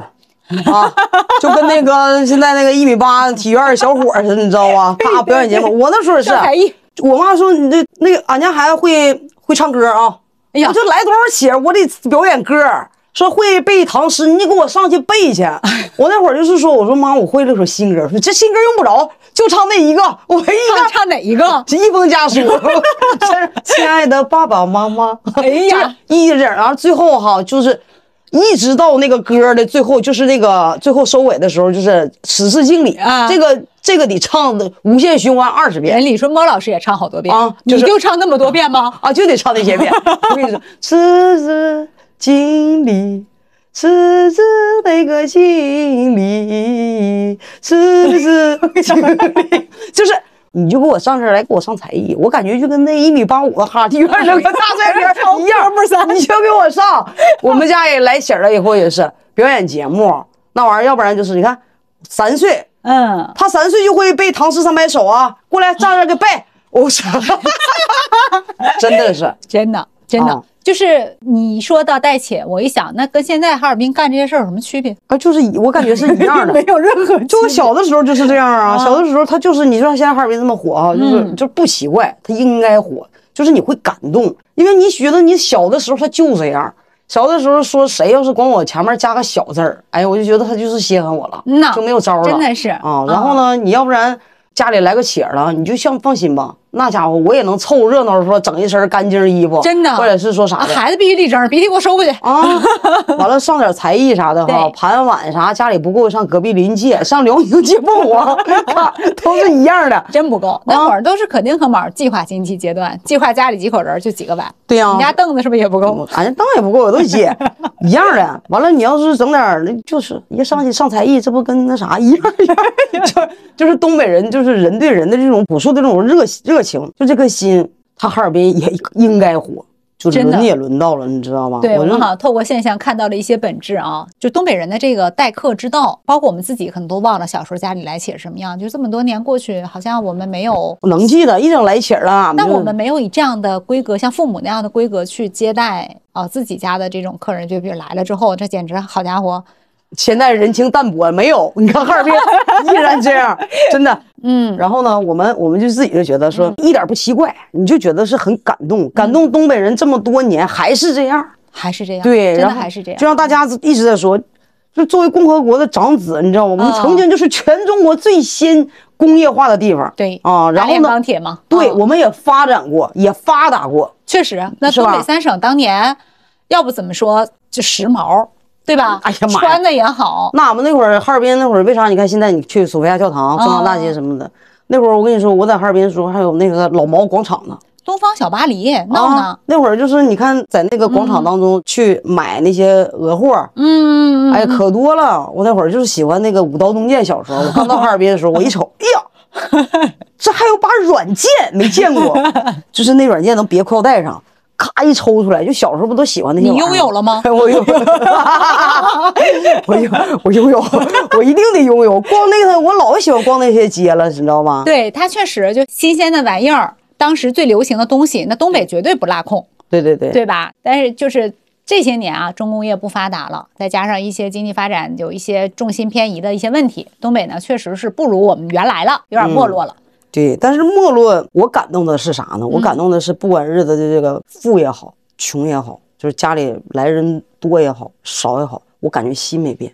啊，就跟那个现在那个一米八体院小伙儿似的，你知道吧？啪，表演节目。我那时候也是
赵，才艺，
我妈说你这那个俺家孩子会会唱歌啊，
哎呀
我就来多少起，我得表演歌儿。说会背唐诗，你给我上去背去。
哎
我那会儿就是说，我说妈，我会了首新歌，说这新歌用不着，就唱那一个，我唯一
唱
个
唱哪 一个？
这一封家 书，真是亲爱的爸爸妈妈，
哎呀，
一直这样，然后最后哈，就是一直到那个歌的最后，就是那个最后收尾的时候，就是此事敬礼，
啊
这个这个得唱的无限循环二十遍
人。李春波老师也唱好多遍
啊就
你
是
就唱那么多遍吗？
啊，就得唱那些 遍。我跟你说，此致敬礼，此致那个敬礼，此致敬礼，就是。你就给我上这儿来，给我上才艺，我感觉就跟那一米八五的哈，远那个大帅哥一样，你就给我上。我们家也来喜儿了，以后也是表演节目那玩意儿，要不然就是你看，三岁
嗯，
他三岁就会背《唐诗三百首》啊，过来站着给背。我 操，真的是，
真的真的
啊。
就是你说到带且，我一想，那跟现在哈尔滨干这些事儿有什么区别？
啊，就是一我感觉是一 样的
没。有任何区别。
就我小的时候就是这样啊，小的时候他就是你就像现在哈尔滨这么火啊，就是、
嗯
就不奇怪，他应该火，就是你会感动，因为你觉得你小的时候他就这样，小的时候说谁要是管我前面加个小字儿，哎呀，我就觉得他就是稀罕我了，
嗯呐
就没有招儿了，
真的是
啊。
嗯
然后呢，你要不然家里来个且儿了，你就像放心吧，那家伙我也能凑热闹，说整一身干净衣服，
真的
或者是说啥
啊，
的。
孩子必须立正，鼻涕给我收回去。
啊，完了上点才艺啥的哈
对，
盘碗啥家里不够，上隔壁邻界，上辽宁借凤凰，都是一样的。
真不够，那会儿都是可丁可卯计划经济阶段，计划家里几口人就几个碗，
对啊嗯呀、
你家凳子是不是也不够？
俺家当也不够，我都借，一样的。完了，你要是整点儿，那就是一上去上才艺，这不跟那啥一样一样， 就就是东北人，就是人对人的这种朴素的这种热热情，就这颗心，他哈尔滨也应该火，就
真的
轮也轮到了，你知道吗？
对我
我
们
就
好像透过现象看到了一些本质啊，就东北人的这个待客之道，包括我们自己可能都忘了小时候家里来且是什么样，就这么多年过去，好像我们没有，
我能记得，一整来气儿了。
但
就
我们没有以这样的规格，像父母那样的规格去接待啊、自己家的这种客人，就比如来了之后，这简直好家伙，
现在人情淡薄，没 有。你看哈尔滨依然这样，真的。
嗯，
然后呢，我们我们就自己就觉得说一点不奇怪，你就觉得是很感
嗯
动，感动东北人这么多年还是这样。
还是这样，
对，
真的
然后
还是这样
就，让大家一直在说，就作为共和国的长子，你知道吗？我们
啊
曾经就是全中国最先工业化的地方。
对
啊，然
打
后
脸钢
呢？
铁嘛，
对，
啊
我们也发展过，也发达过。
确实，那
是
东北
吧
三省当年，要不怎么说就时髦，对吧？
哎呀妈呀
穿的也好，
那我们那会儿哈尔滨那会儿，为啥你看现在你去
哦
索菲亚教堂、中央大街什么的，那会儿我跟你说，我在哈尔滨的时候还有那个老毛广场呢。
东方小巴黎闹呢。
啊，那会儿就是你看在那个广场当中去买那些鹅货，
嗯，
哎，可多了。我那会儿就是喜欢那个舞刀弄剑。小时 候我刚到哈尔滨的时候，我一瞅，哎呀，这还有把软剑没见 过，就是那软剑能别裤腰带上，咔一抽出来。就小时候不都喜欢那些
你
玩意儿
拥有了吗
我拥有，我拥我拥有， 我一定得拥有。逛那个，我老喜欢逛那些街了，你知道吗？
对，它确实就新鲜的玩意儿，当时最流行的东西，那东北绝对不落空，
对对对
对吧？但是就是这些年啊，重工业不发达了，再加上一些经济发展有一些重心偏移的一些问题，东北呢确实是不如我们原来了，有点
嗯
没落了。
对。但是没落，我感动的是啥呢？
嗯
我感动的是，不管日子的这个富也好，穷也好，就是家里来人多也好，少也好，我感觉心没变，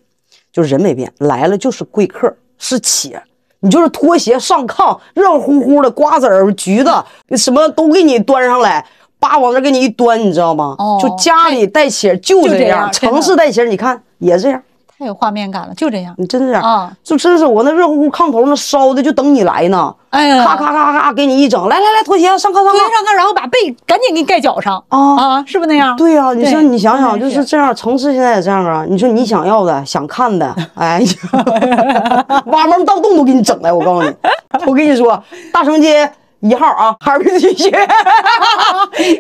就人没变，来了就是贵客，是且。你就是拖鞋上炕，热乎乎的瓜子儿、橘子，什么都给你端上来，叭往这给你一端，你知道吗？
哦
就家里带起儿就
就
这
这样真的
城市带起儿你看也这样，
太有画面感了，就这样。
你真这样
啊
就真是我那热乎乎炕头那烧的，就等你来呢。
哎呀，
咔咔咔咔，给你一整，来来来，拖鞋上炕上
推
炕。
上炕，然后把被赶紧给你盖脚上
啊
啊，是不是那样？
对呀、你像你想想，
真
就
的
是这样，城市现在也这样啊。你说你想要 的、想看的，哎， 挖门盗洞都给你整来。我告诉你，我跟你说，大成街一号啊，哈尔滨军区。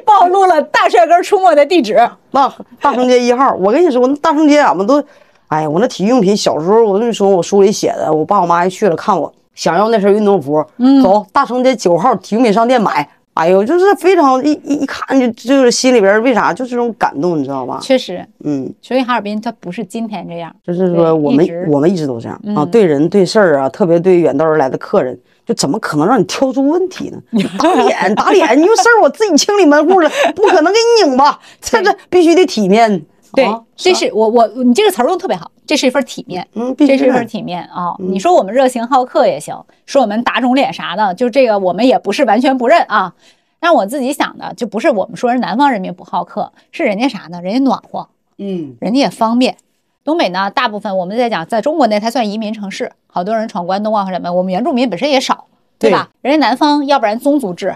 暴露了大帅哥出没的地址。
那大成街一号，我跟你说，那大成街俺们都，哎，我那体育用品小时候，我跟你说，我书里写的，我爸我妈还去了看我，想要那身运动服，
嗯
走大成街九号体育美商店买。哎呦，就是非常一一一看就就是心里边为啥就这种感动，你知道吧？
确实，
嗯，
所以哈尔滨它不是今天这样，
就是
对
说我们
一直嗯
我们一直都这样啊，对人对事儿啊，特别对远道而来的客人，就怎么可能让你挑出问 题呢？你打脸打脸，你有事儿我自己清理门户了，不可能给你拧吧？这这必须得体面。
对
啊，
这是我我你这个词儿用特别好，这是一份体面，
嗯必须嗯
这是一
的
份体面啊、你说我们热情好客也行，说我们打肿脸啥的，就这个我们也不是完全不认啊。但我自己想的就不是我们说人南方人民不好客，是人家啥呢？人家暖和，
嗯，
人家也方便。东北呢，大部分我们在讲，在中国那才算移民城市，好多人闯关东啊或者什么，我们原住民本身也少，对吧？人家南方要不然宗族制，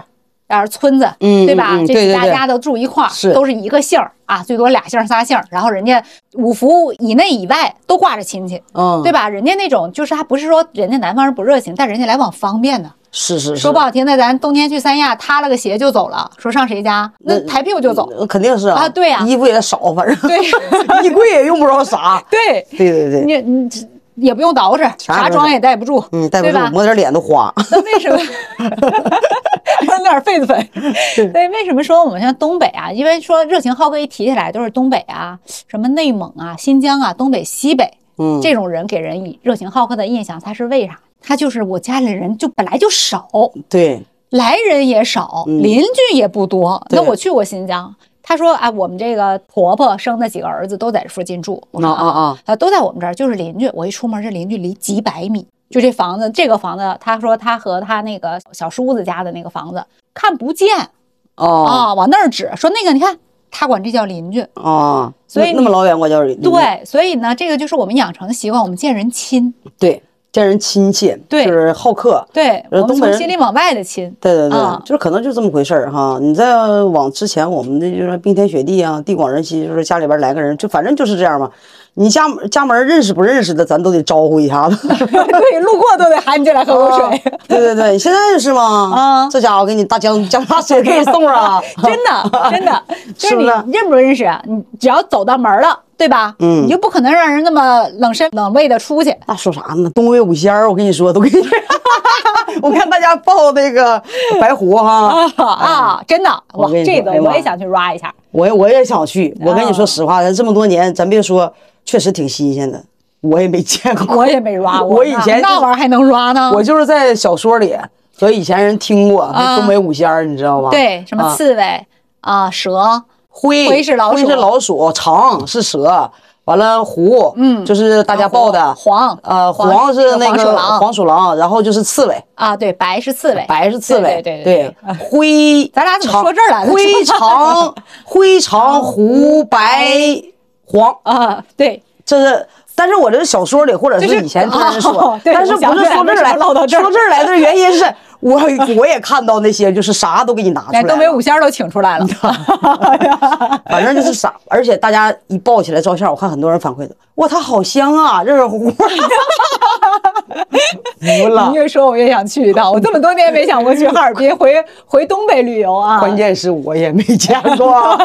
要是村子，
嗯
对吧？
嗯嗯
这
对对
大
对
家都住一块儿，
是
都是一个姓儿啊，最多俩姓儿仨姓儿，然后人家五福以内以外都挂着亲戚。
嗯，
对吧？人家那种就是还不是说人家南方人不热情，但人家来往方便的。
是是是，
说不好听的，咱冬天去三亚，塌了个鞋就走了，说上谁家，那抬屁股就走。
呃，肯定是啊，
啊对啊
衣服也少，反正
对
衣柜也用不着 啥，
对，
对对对，
你你这也不用捯饬，
啥也
啥
不
妆
是
也带不住，
嗯，带不住
对吧，
抹点脸都 花，
那为 什么弄点痱子粉？对，为什么说我们像东北啊？因为说热情好客一提起来都是东北啊，什么内蒙啊、新疆啊、东北、西北，
嗯
这种人给人以热情好客的印象，他是为啥？他就是我家里人就本来就少，
对，
来人也少，邻居也不多。
嗯对
那我去过新疆，他说啊，我们这个婆婆生的几个儿子都在附近住。我说
啊啊啊，
啊，都在我们这儿，就是邻居。我一出门，这邻居离几百米，就这房子，这个房子，他说他和他那个小叔子家的那个房子看不见
哦
啊，往那儿指，说那个你看，他管这叫邻居。
哦，
所以
那
你
那么老远我叫人，
对，所以呢，这个就是我们养成的习惯，我们见人亲。
对，见人亲切，
对
就是好客，
对，
呃
我们
东北
从
人
心里往外的亲。
对对对
啊，
就是可能就这么回事儿哈。你再往之前，我们的就是冰天雪地啊，地广人稀，就是家里边来个人，就反正就是这样嘛。你家家门认识不认识的，咱都得招呼一下子。
对，路过都得喊你进来喝口水。
对对对，现在是吗？
啊
这家伙给你大江 江大水给你送上，啊
真的，真的，就是是
不
你
是
认不认识啊？你只要走到门儿了，对吧？
嗯
你就不可能让人那么冷身冷胃的出去。
那说啥呢？东北五仙儿，我跟你说， 都给你。我看大家报那个白狐哈，
啊 啊！真的，
嗯我
哇，
跟你
这
说
个
哎呀妈
我也想去 ra 一下。
我也我也想去。我跟你说
啊
实话，咱这么多年，咱别说，确实挺新鲜的，我也没见过。
我也没 ra 过，
我以前
那
就是
那玩意儿还能 ra 呢？
我就是在小说里和以前人听过
啊
东北五仙儿，你知道吗？
对什么
啊
刺猬啊、蛇，
灰
灰是老
灰
鼠
是老鼠，长是蛇，完了狐，
嗯
就是大家报的
黄
呃，
黄
黄是那
黄鼠
个
狼
黄鼠狼，然后就是刺猬，
啊，对，白是刺猬，
白是刺猬，
对对
对灰，
咱俩怎么说这儿来了
灰长， 灰
嗯
长狐白黄，
啊，对，
这是。但是我这是小说里，或者
就是
是以前听人说
哦，对
但是
我
不
想
是
起
说
来
这
为什
儿
么
来，
唠到这儿
说这儿来的原因是我我也看到那些就是啥都给你拿出来
连
了，
东北五仙儿都请出来了。
反正 就是傻，而且大家一抱起来照相，我看很多人反馈的，哇，它好香啊，热热乎乎， 服 了
你。越说我越想去一趟，我这么多年没想过去哈尔滨，回 回东北旅游啊。
关键是我 也没见过，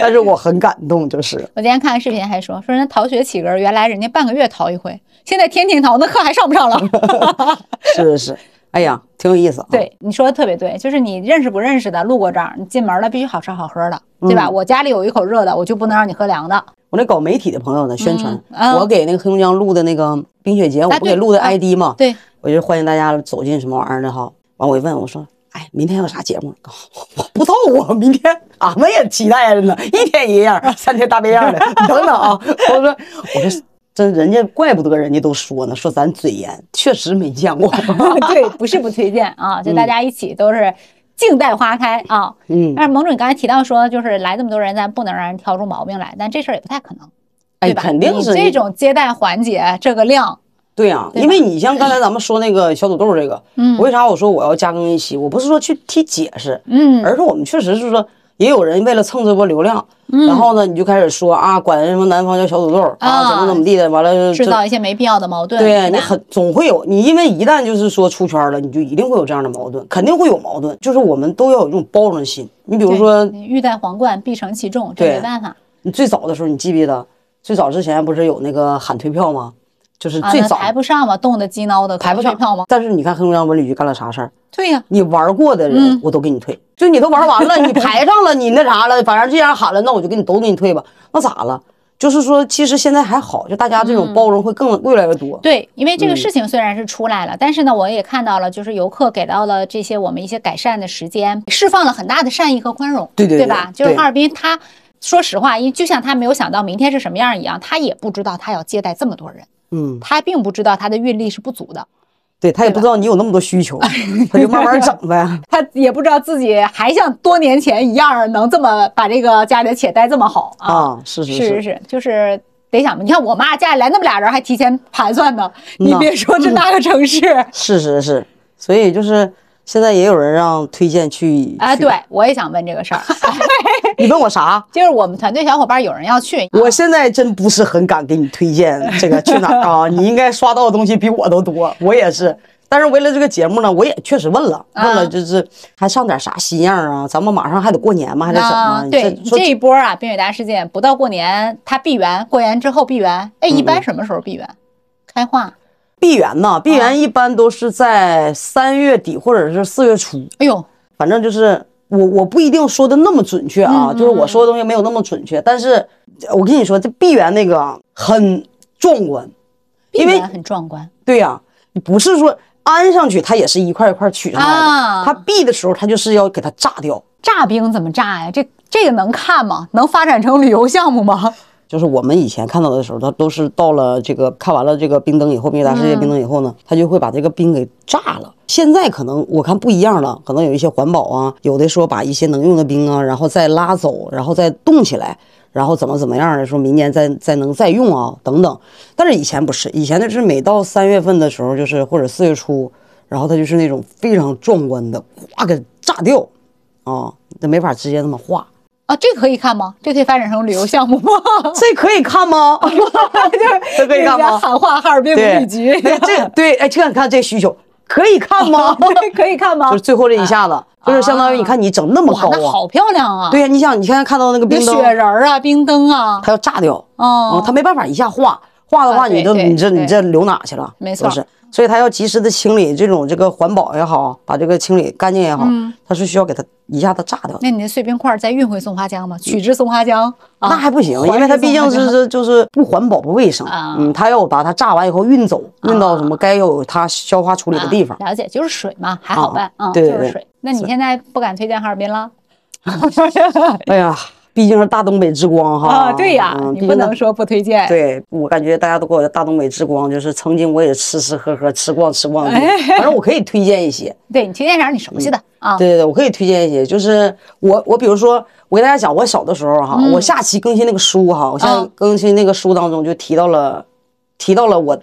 但是我很感动，就是
我今天看个视频还说说人家逃学起根儿，原来人家半个月逃一回，现在天天逃，那课还上不上了？
是是是，哎呀，挺有意思啊。，
对，你说的特别对，就是你认识不认识的，路过这儿，你进门了必须好吃好喝的，对
嗯
吧？我家里有一口热的，我就不能让你喝凉的。
我那搞媒体的朋友呢，宣传
嗯，啊
我给那个黑龙江录的那个冰雪节，我
啊
不
对
给录的
啊
ID 嘛，
对，
我就欢迎大家走进什么玩意儿的哈。完我一问我说，哎，明天有啥节目？我不知道啊，明天俺们也期待着呢，一天一样，三天大变样的，你等等啊。我说我说这人家怪不得人家都说呢，说咱嘴严，确实没见 过。
对，不是不推荐啊，就大家一起都是静待花开啊。
嗯，
但是盟主，你刚才提到说，就是来这么多人，咱不能让人挑出毛病来，但这事儿也不太可能，
哎，
对吧？
肯定是
你这种接待环节，这个量，
对呀、
对
因
吧
为你像刚才咱们说那个小土豆这个，
嗯
为啥我说我要加更一期？我不是说去替解释，
嗯，
而是我们确实是说，也有人为了蹭这波流量，
嗯
然后呢，你就开始说啊，管什么南方叫小土豆儿啊，
啊
怎么怎么地的，完了就
制造一些没必要的矛盾，
对
是吧
你很总会有你，因为一旦就是说出圈了，你就一定会有这样的矛盾，肯定会有矛盾，就是我们都要有一种包容心。你比如
对
说，
你欲戴皇冠，必承其重，这
对
没办法。
你最早的时候，你记不记得最早之前不是有那个喊退票吗？就是
啊，
最
那
早、
排不上嘛，冻得鸡挠的，
排不
退
上
票吗？
但是你看黑龙江文旅局干了啥事儿？
对呀、
你玩过的人
嗯，
我都给你退。就你都玩完 了，你排上了，你那啥了，反正这样喊了，那我就给你都给你退吧。那咋了？就是说，其实现在还好，就大家这种包容会更越来越多。
嗯对，因为这个
嗯
事情虽然是出来了，但是呢，我也看到了，就是游客给到了这些我们一些改善的时间，释放了很大的善意和宽容，
对对对
吧？
对
就是哈尔滨他。说实话，因为就像他没有想到明天是什么样一样，他也不知道他要接待这么多人，
嗯，
他并不知道他的运力是不足的，啊
对他也不知道你有那么多需求， 他就慢慢整 呗。
他也不知道自己还像多年前一样能这么把这个家里的且待这么好啊。
啊，是是
是是是，就是得想吧。你看我妈家里来那么俩人，还提前盘算呢。
嗯
你
呐
别说这大个城市，
是是是，所以就是现在也有人让推荐去
哎，
去
对我也想问这个事儿，
你问我啥？
就是我们团队小伙伴有人要去，
我现在真不是很敢给你推荐这个去哪儿啊，你应该刷到的东西比我都多，我也是。但是为了这个节目呢，我也确实问了，
啊
问了就是还上点啥新样啊？咱们马上还得过年嘛，还得什
啊
么？，
对
说
这一波啊，冰雪大事件不到过年，它闭园，过年之后闭园。
嗯
哎，一般什么时候闭园？开化？
闭园呐，闭
啊
园一般都是在三月底或者是四月初，
哎呦，
反正就是我我不一定说的那么准确啊，
嗯
就是我说的东西没有那么准确，但是我跟你说，这闭园那个啊很壮观，
闭
因为
园很壮观。
对呀、你不是说安上去，它也是一块一块取上来的。
啊
它闭的时候，它就是要给它炸掉。
炸冰怎么炸呀？这这个能看吗？能发展成旅游项目吗？
就是我们以前看到的时候，它都是到了这个看完了这个冰灯以后，冰雪大世界冰灯以后呢，它就会把这个冰给炸了。现在可能我看不一样了，可能有一些环保啊，有的说把一些能用的冰啊，然后再拉走，然后再冻起来，然后怎么怎么样的，说明年再再能再用啊等等。但是以前不是，以前就是每到三月份的时候，就是或者四月初，然后它就是那种非常壮观的，哗给炸掉，啊，那没法直接那么 化。
啊，这可以看吗？这可以发展成旅游项目吗？
这可以看吗？这可以看吗？
喊话哈尔滨文
对，
旅局，
那这对，哎，这你看这需求可以看 吗？
对可以看吗
就？是最后这一下子，就是相当于你看你整那么
啊哇，
高
那
啊，
好漂亮啊！
对，呀，你想你现在看到那个
有
冰
雪
灯，
人儿啊，冰灯啊，
它要炸掉，
哦
嗯，，它没办法一下化，化的
啊
话你
对
就
对
你这
对
你这留哪去了？
没
是
错
不是，所以它要及时的清理这种这个环保也好，把这个清理干净也好，它是需要给它一下子炸掉的。
嗯那你的碎冰块儿再运回松花江吗？取之松花江，啊
嗯那还不行，
还
因为它
之松
毕竟
花
是
江
是就是不环保不卫生
啊，
嗯，它要把它炸完以后运走，运到什么该有它消化处理的地方。
啊了解，就是水嘛，还好办
啊
啊，
对对
就是
对
水。那你现在不敢推荐哈尔 滨了
哎呀，毕竟是大东北之光哈。
啊？ 对呀
嗯，
你不能。说不推荐
毕竟。对我感觉大家都给我的大东北之光，就是曾经我也吃吃喝喝、吃逛吃逛的地方，反正我可以推荐一些。
对你推荐点儿你熟悉的哎啊，
嗯对对对，我可以推荐一些，就是我我比如说，我给大家讲，我小的时候哈，我下期更新那个书哈，我现在
嗯
更新那个书当中就提到了，提到了我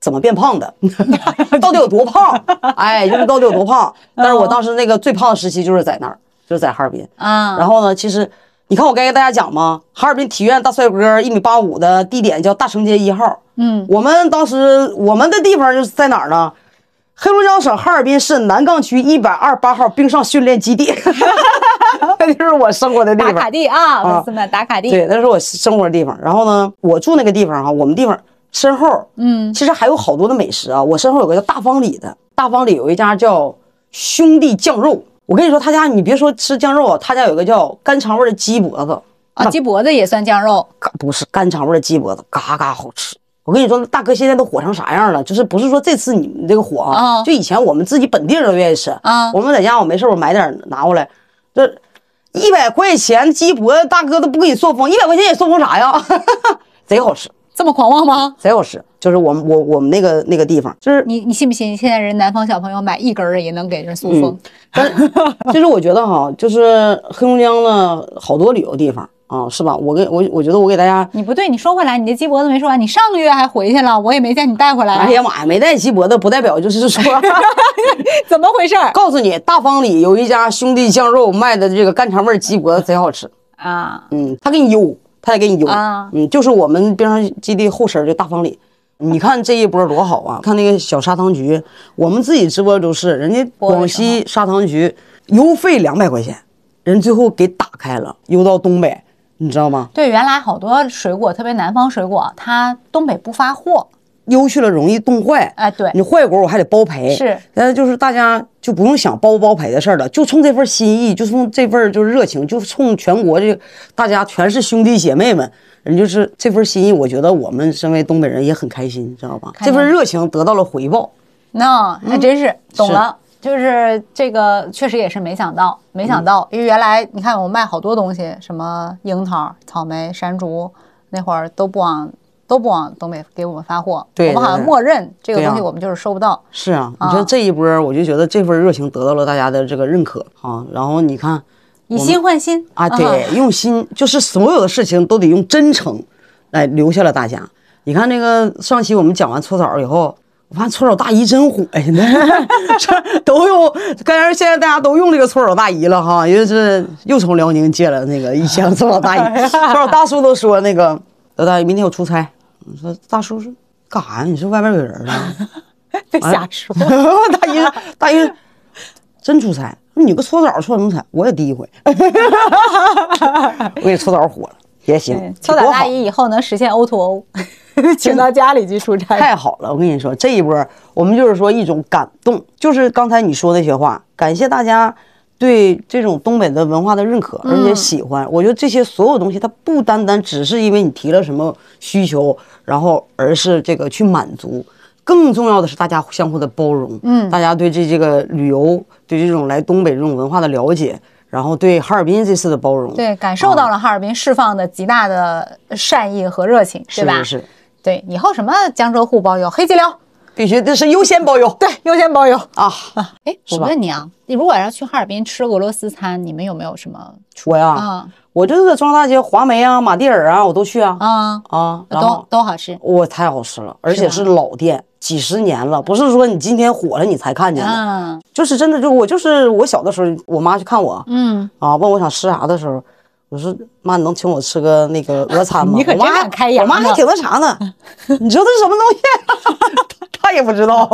怎么变胖的， 到底有多胖？哎，就是到底有多胖？但是我当时那个最胖的时期就是在那儿，就是在哈尔滨。
啊，
然后呢，其实你看我该跟大家讲吗？哈尔滨体院大帅哥一米八五的地点叫大成街一号。
嗯
我们当时我们的地方就是在哪儿呢？黑龙江省哈尔滨市南岗区一百二八号冰上训练基地， 那就是我生活的地
打
方。
卡地啊，
啊
粉丝们打卡地，
对，那是我生活的地方。然后呢，我住那个地方哈、我们地方身后，
嗯
其实还有好多的美食啊。我身后有个叫大方里的，大方里有一家叫兄弟酱肉。我跟你说，他家你别说吃酱肉啊，他家有个叫干肠味儿的鸡脖子，
啊，鸡脖子也算酱肉，
嘎不是干肠味儿的鸡脖子，嘎嘎好吃。我跟你说，那大哥现在都火成啥样了？就是不是说这次你们这个火啊？
啊
就以前我们自己本地人都愿意吃
啊
我们在家我没事儿我买点儿拿过来，这一百块钱鸡脖子，大哥都不给你送风，一百块钱也送风啥呀？ 贼好吃，
这么狂妄吗？
贼好吃。就是我们我我们那个那个地方，就是
你你信不信？现在人南方小朋友买一根儿的也能给人塑封，
嗯就是我觉得哈，就是黑龙江呢好多旅游地方啊，是吧？我给我我觉得我给大家
你不对，你说回来，你这鸡脖子没说完，你上个月还回去了，我也没见你带回来啊，
哎呀妈呀，没带鸡脖子不代表就是说。
怎么回事儿
告诉你，大方里有一家兄弟酱肉卖的这个干肠味儿鸡脖子贼好吃。
啊？
嗯，他给你邮，他也给你邮。
啊
嗯，就是我们冰上基地后身儿就大方里。你看这一波多好啊！看那个小砂糖橘，我们自己直播都是，人家
播
广
的时候
西砂糖橘邮费两百块钱，人最后给打开了，邮到东北，你知道吗？
对，原来好多水果，特别南方水果，它东北不发货，
邮去了容易冻坏，
哎对
你坏果我还得包赔，
是。
但是就是大家就不用想包不包赔的事儿了，就冲这份心意，就冲这份儿就是热情，就冲全国这大家全是兄弟姐妹们，人就是这份心意，我觉得我们身为东北人也很开心，知道吧？
开
这
心
份热情得到了回报，
那、还真是懂了。就是这个，确实也是没想到，没想到，因为原来你看我卖好多东西，什么樱桃、草莓、山竹，那会儿都不往都不往东北给我们发货，
对
我们好
对
像
对
默认这个
对
东西
啊
我们就是收不到。
是啊，你
啊
说这一波儿我就觉得这份热情得到了大家的这个认可啊，然后你看
以心换 心
啊，对，用心就是所有的事情都得用真诚来留下了大家。你看那个上期我们讲完搓澡以后，我发现搓澡大姨真火，现在 这都用，当然现在大家都用这个搓澡大姨了哈，因为是又从辽宁借了那个以前的搓澡大姨，搓澡大叔都说那个老大姨明天我出差，我说大叔是干啥呀？你是外边有人啊了？
别瞎说。
大姨大姨真出差，你个搓澡搓什么菜？我也第一回， 我给搓澡火了，也行，
搓澡
多
嗯大
好啊
姨以后能实现 O to O，请到家里去出差。
太好了！我跟你说，这一波我们就是说一种感动，就是刚才你说那些话，感谢大家对这种东北的文化的认可，
嗯
而且喜欢。我觉得这些所有东西，它不单单只是因为你提了什么需求，然后而是这个去满足。更重要的是，大家相互的包容，嗯，大家对这这个旅游，对这种来东北这种文化的了解，然后对哈尔滨这次的包容，
对，感受到了哈尔滨释放的极大的善意和热情，对
是
吧？
是是，
对，以后什么江浙沪包邮、黑吉辽，
必须这是优先包邮，对
优先包邮。
啊，
哎，我
是吧
问你啊，你如果要去哈尔滨吃俄罗斯餐，你们有没有什么
我呀，
啊
我就是在中央大街、华梅啊、马蒂尔啊，我都去啊
啊？
啊，然
都
后
都好吃
我太好吃了，而且
是
是老店，几十年了，不是说你今天火了你才看见的，
啊，
就是真的，就我就是我小的时候，我妈去看我
嗯，
啊，问我想吃啥的时候。我说妈，你能请我吃个那个 俄餐吗？
你可
我妈
真敢开牙
我妈
呢
还挺那啥 呢，你知道这是什么东西？ 她也不知 道。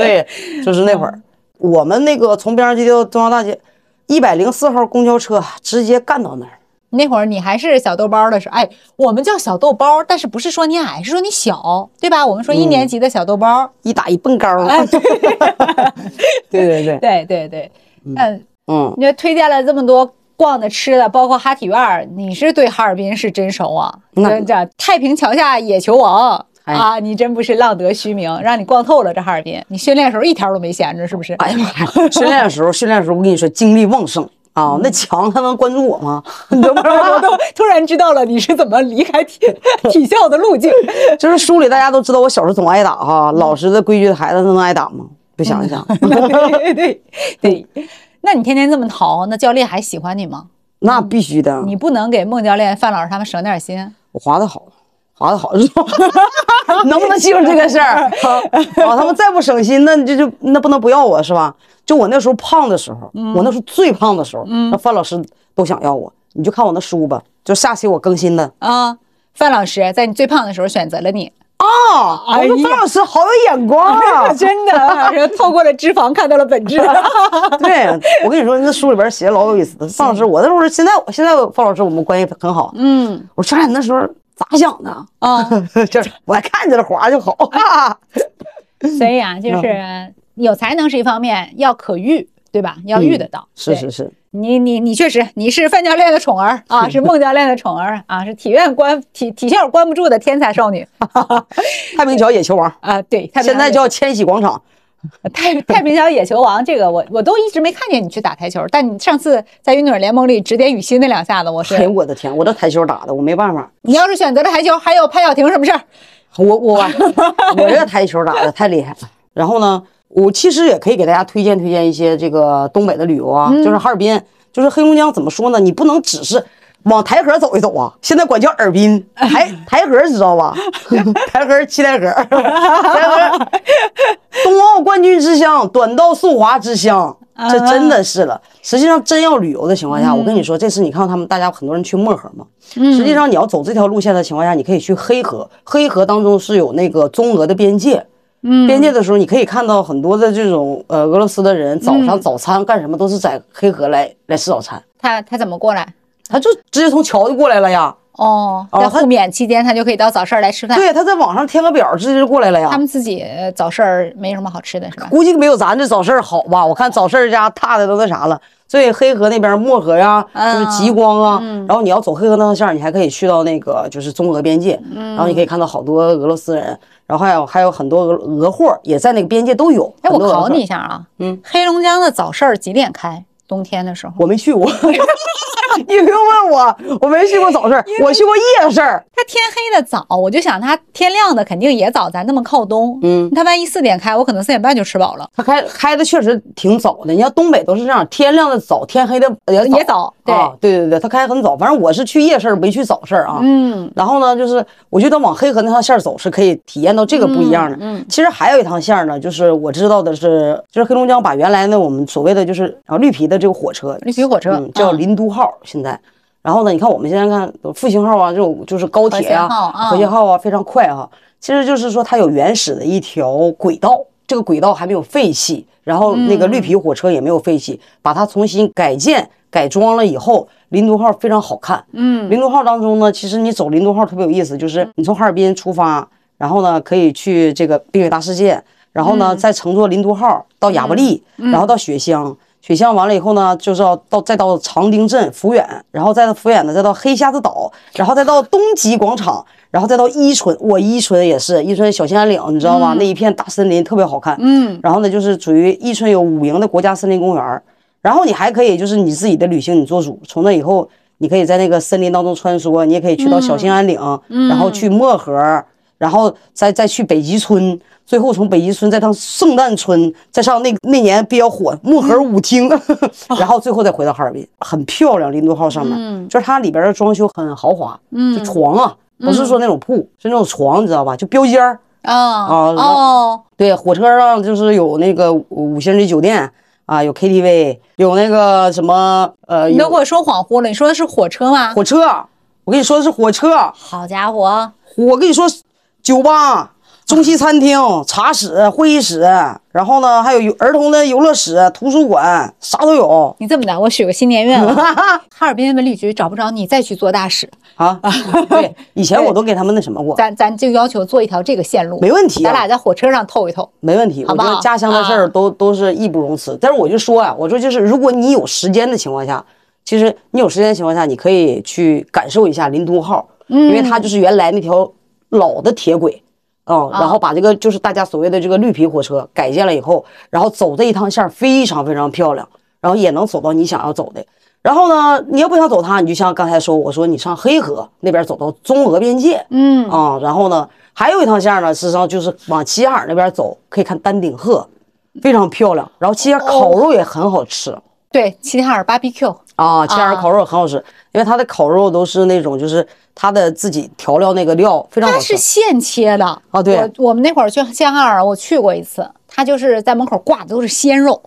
对，就是那会
嗯
儿，我们那个从边上街到中央大街，一百零四号公交车直接干到那儿，
那会儿你还是小豆包的时候，哎，我们叫小豆包，但是不是说你矮，是说你小，对吧？我们说一年级的小豆包，
一打一蹦高儿。哎 对对对，
对对对，嗯，
嗯，
你就推荐了这么多逛的、吃的，包括哈体院儿，你是对哈尔滨是真熟啊！
那
这这太平桥下野球王、
哎
啊，你真不是浪得虚名，让你逛透了这哈尔滨。你训练时候一天都没闲着，是不是？
哎呀妈 呀！训练的时候，训练的时候，我跟你说精力旺盛啊，那强他能关注我吗？ 你知道
我
吗？
都突然知道了你是怎么离开体体校的路径。
就是书里大家都知道我小时候总挨打哈，老实的规矩的孩子他能挨打吗？别想一想，
对对对，那你天天这么淘，那教练还喜欢你吗？
那必须的。
你不能给孟教练、范老师他们省点心。
我滑的好，划的好 就中，能不能记住这个事 儿？啊，他们再不省心，那你这就那不能不要我是吧？就我那时候胖的时候，我那时候最胖的时候，那范老师都想要我。你就看我那书吧，就下期我更新的
啊。范老师在你最胖的时候选择了你，
啊。我
哎呀哎
说范老师好有眼光啊！
真的，范老师透过了脂肪看到了 本质。
对，我跟你说，那书里边写的老有意思的。范老师，我那时候现在现在范老师我们关系很好。
嗯
我说咱俩那时候咋想的？
啊，
就是我看见了划就 好。
所以啊，就是有才能是一方面，要可遇，对吧？要遇得到。
是
对
是是，
你你你确实你是范教练的宠儿啊，是孟教练的宠儿啊，是体院关体体校关不住的天才少女
太平桥野球王，
啊，对，太平
现在
洋
叫千禧广场。
太太平洋野球王，这个我我都一直没看见你去打台球，但你上次在运动员联盟里指点雨欣那两下子，我是
哎呦我的天，我这台球打的我没办法，
你要是选择了台球，还有潘晓婷什么事儿？
我我啊我这台球打的太厉害了。然后呢，我其实也可以给大家推荐推荐一些这个东北的旅游啊，就是哈尔滨，就是黑龙江，怎么说呢？你不能只是。往台河走一走啊！现在管叫尔滨，台台河知道吧？ 台河七台河，台河冬奥冠军之乡，短道速滑之乡，这真的是了。实际上，真要旅游的情况下，我跟你说，这次你看他们大家很多人去漠河嘛，实际上你要走这条路线的情况下，你可以去黑河，黑河当中是有那个中俄的边界。边界的时候，你可以看到很多的这种呃俄罗斯的人早上早餐干什么都是在黑河来来吃早餐，
他他怎么过来？
他就直接从桥就过来了呀。
哦，
哦
在
他
互免期间，他就可以到早市儿来吃饭。
对，啊他在网上填个表，直接就过来了呀
他。们自己呃早市儿没什么好吃的，是吧？
估计没有咱这早市儿好吧？我看早市儿家踏的都那啥了，所以黑河那边漠河呀，就
嗯
是极光啊。然后你要走黑河那条线儿，你还可以去到那个就是中俄边界，
嗯
然后你可以看到好多俄罗斯人，然后还有还有很多俄俄货儿也在那个边界都有。
哎，我
很多俄
考
货
你一，下啊，
嗯，
黑龙江的早市儿几点开？冬天的时候，
我没去过。 你不用问我，我没去过早市儿，我去过夜市儿。
它天黑的早，我就想它天亮的肯定也早，咱那么靠东，
嗯，
它万一四点开，我可能四点半就吃饱了，
它开开的确实挺早的，你像东北都是这样，天亮的早，天黑的也
也早，对，
啊，对对对，它开很早。反正我是去夜市儿，没去早市儿啊。
嗯，
然后呢，就是我觉得往黑河那条线儿走是可以体验到这个不一样的。
嗯嗯
其实还有一趟线儿呢，就是我知道的是，就是黑龙江把原来呢我们所谓的就是啊绿皮的这个火车，
绿皮火车
嗯、叫
嗯
林都号，现在。然后呢？你看我们现在看复兴号啊，这种就是高铁呀、
和谐号啊
和谐号啊，非常快哈、其实就是说它有原始的一条轨道，这个轨道还没有废弃，然后那
嗯
个绿皮火车也没有废弃，把它重新改建改装了以后，林都号非常好看。
嗯
林都号当中呢，其实你走林都号特别有意思，就是你从哈尔滨出发，然后呢可以去这个冰雪大世界，然后呢再乘坐林都号到亚布力，然后到雪乡，雪乡完了以后呢，就是要到再到长汀镇、抚远，然后再到抚远呢再到黑瞎子岛，然后再到东极广场，然后再到伊春，我伊春也是伊春小兴安岭，你知道吗？那一片大森林特别好看。
嗯，
然后呢，就是属于伊春有五营的国家森林公园儿，然后你还可以就是你自己的旅行你做主，从那以后你可以在那个森林当中穿梭，你也可以去到小兴安岭，然后去漠河，然后再再去北极村，最后从北极村再到圣诞村，再上那那年比较火漠河舞厅， 然后最后再回到哈尔滨，很漂亮。林都号上面，就是它里边的装修很豪华，就床啊，不是说那种铺，是那种床，你知道吧？就标间儿。
啊
然后
哦，
对，火车上就是有那个五五星级酒店啊，有 KTV，有那个什么呃，
你都
有
给我说恍惚了，你说的是火车吗？
火车。我跟你说是火车，
好家伙，
我跟你说，酒吧、中西餐厅、茶室、会议室，然后呢还有有儿童的游乐室、图书馆，啥都有
你这么的，我许个新年 愿望，哈尔滨文旅局找不着你再去做大使，
啊。 对，以前我都给他们那什么过，
咱咱就要求做一条这个线路，
没问题啊
咱俩在火车上透一透。
没问题。
好
我
不
觉
好
得家乡的事
啊
儿都都是义不容辞。但是我就说啊，我说就是如果你有时间的情况下，其实你有时间的情况下，你可以去感受一下林都号，
嗯
因为它就是原来那条老的铁轨。
哦
嗯，然后把这个就是大家所谓的这个绿皮火车改建了以后，然后走这一趟线儿非常非常漂亮，然后也能走到你想要走的。然后呢，你要不想走它，你就像刚才说，我说你上黑河那边走到中俄边界，嗯啊，然后呢，还有一趟线儿呢，实际上就是往齐齐哈尔那边走，可以看丹顶鹤，非常漂亮。然后齐齐哈尔烤肉也很好吃，
对，齐齐哈尔 BBQ
啊，切尔
啊
烤肉很好吃，因为它的烤肉都是那种就是它的自己调料那个料非常好
它
吃
是。现切的
哦对
我我们那会儿去齐齐哈尔，我去过一次，他就是在门口挂的都是鲜肉，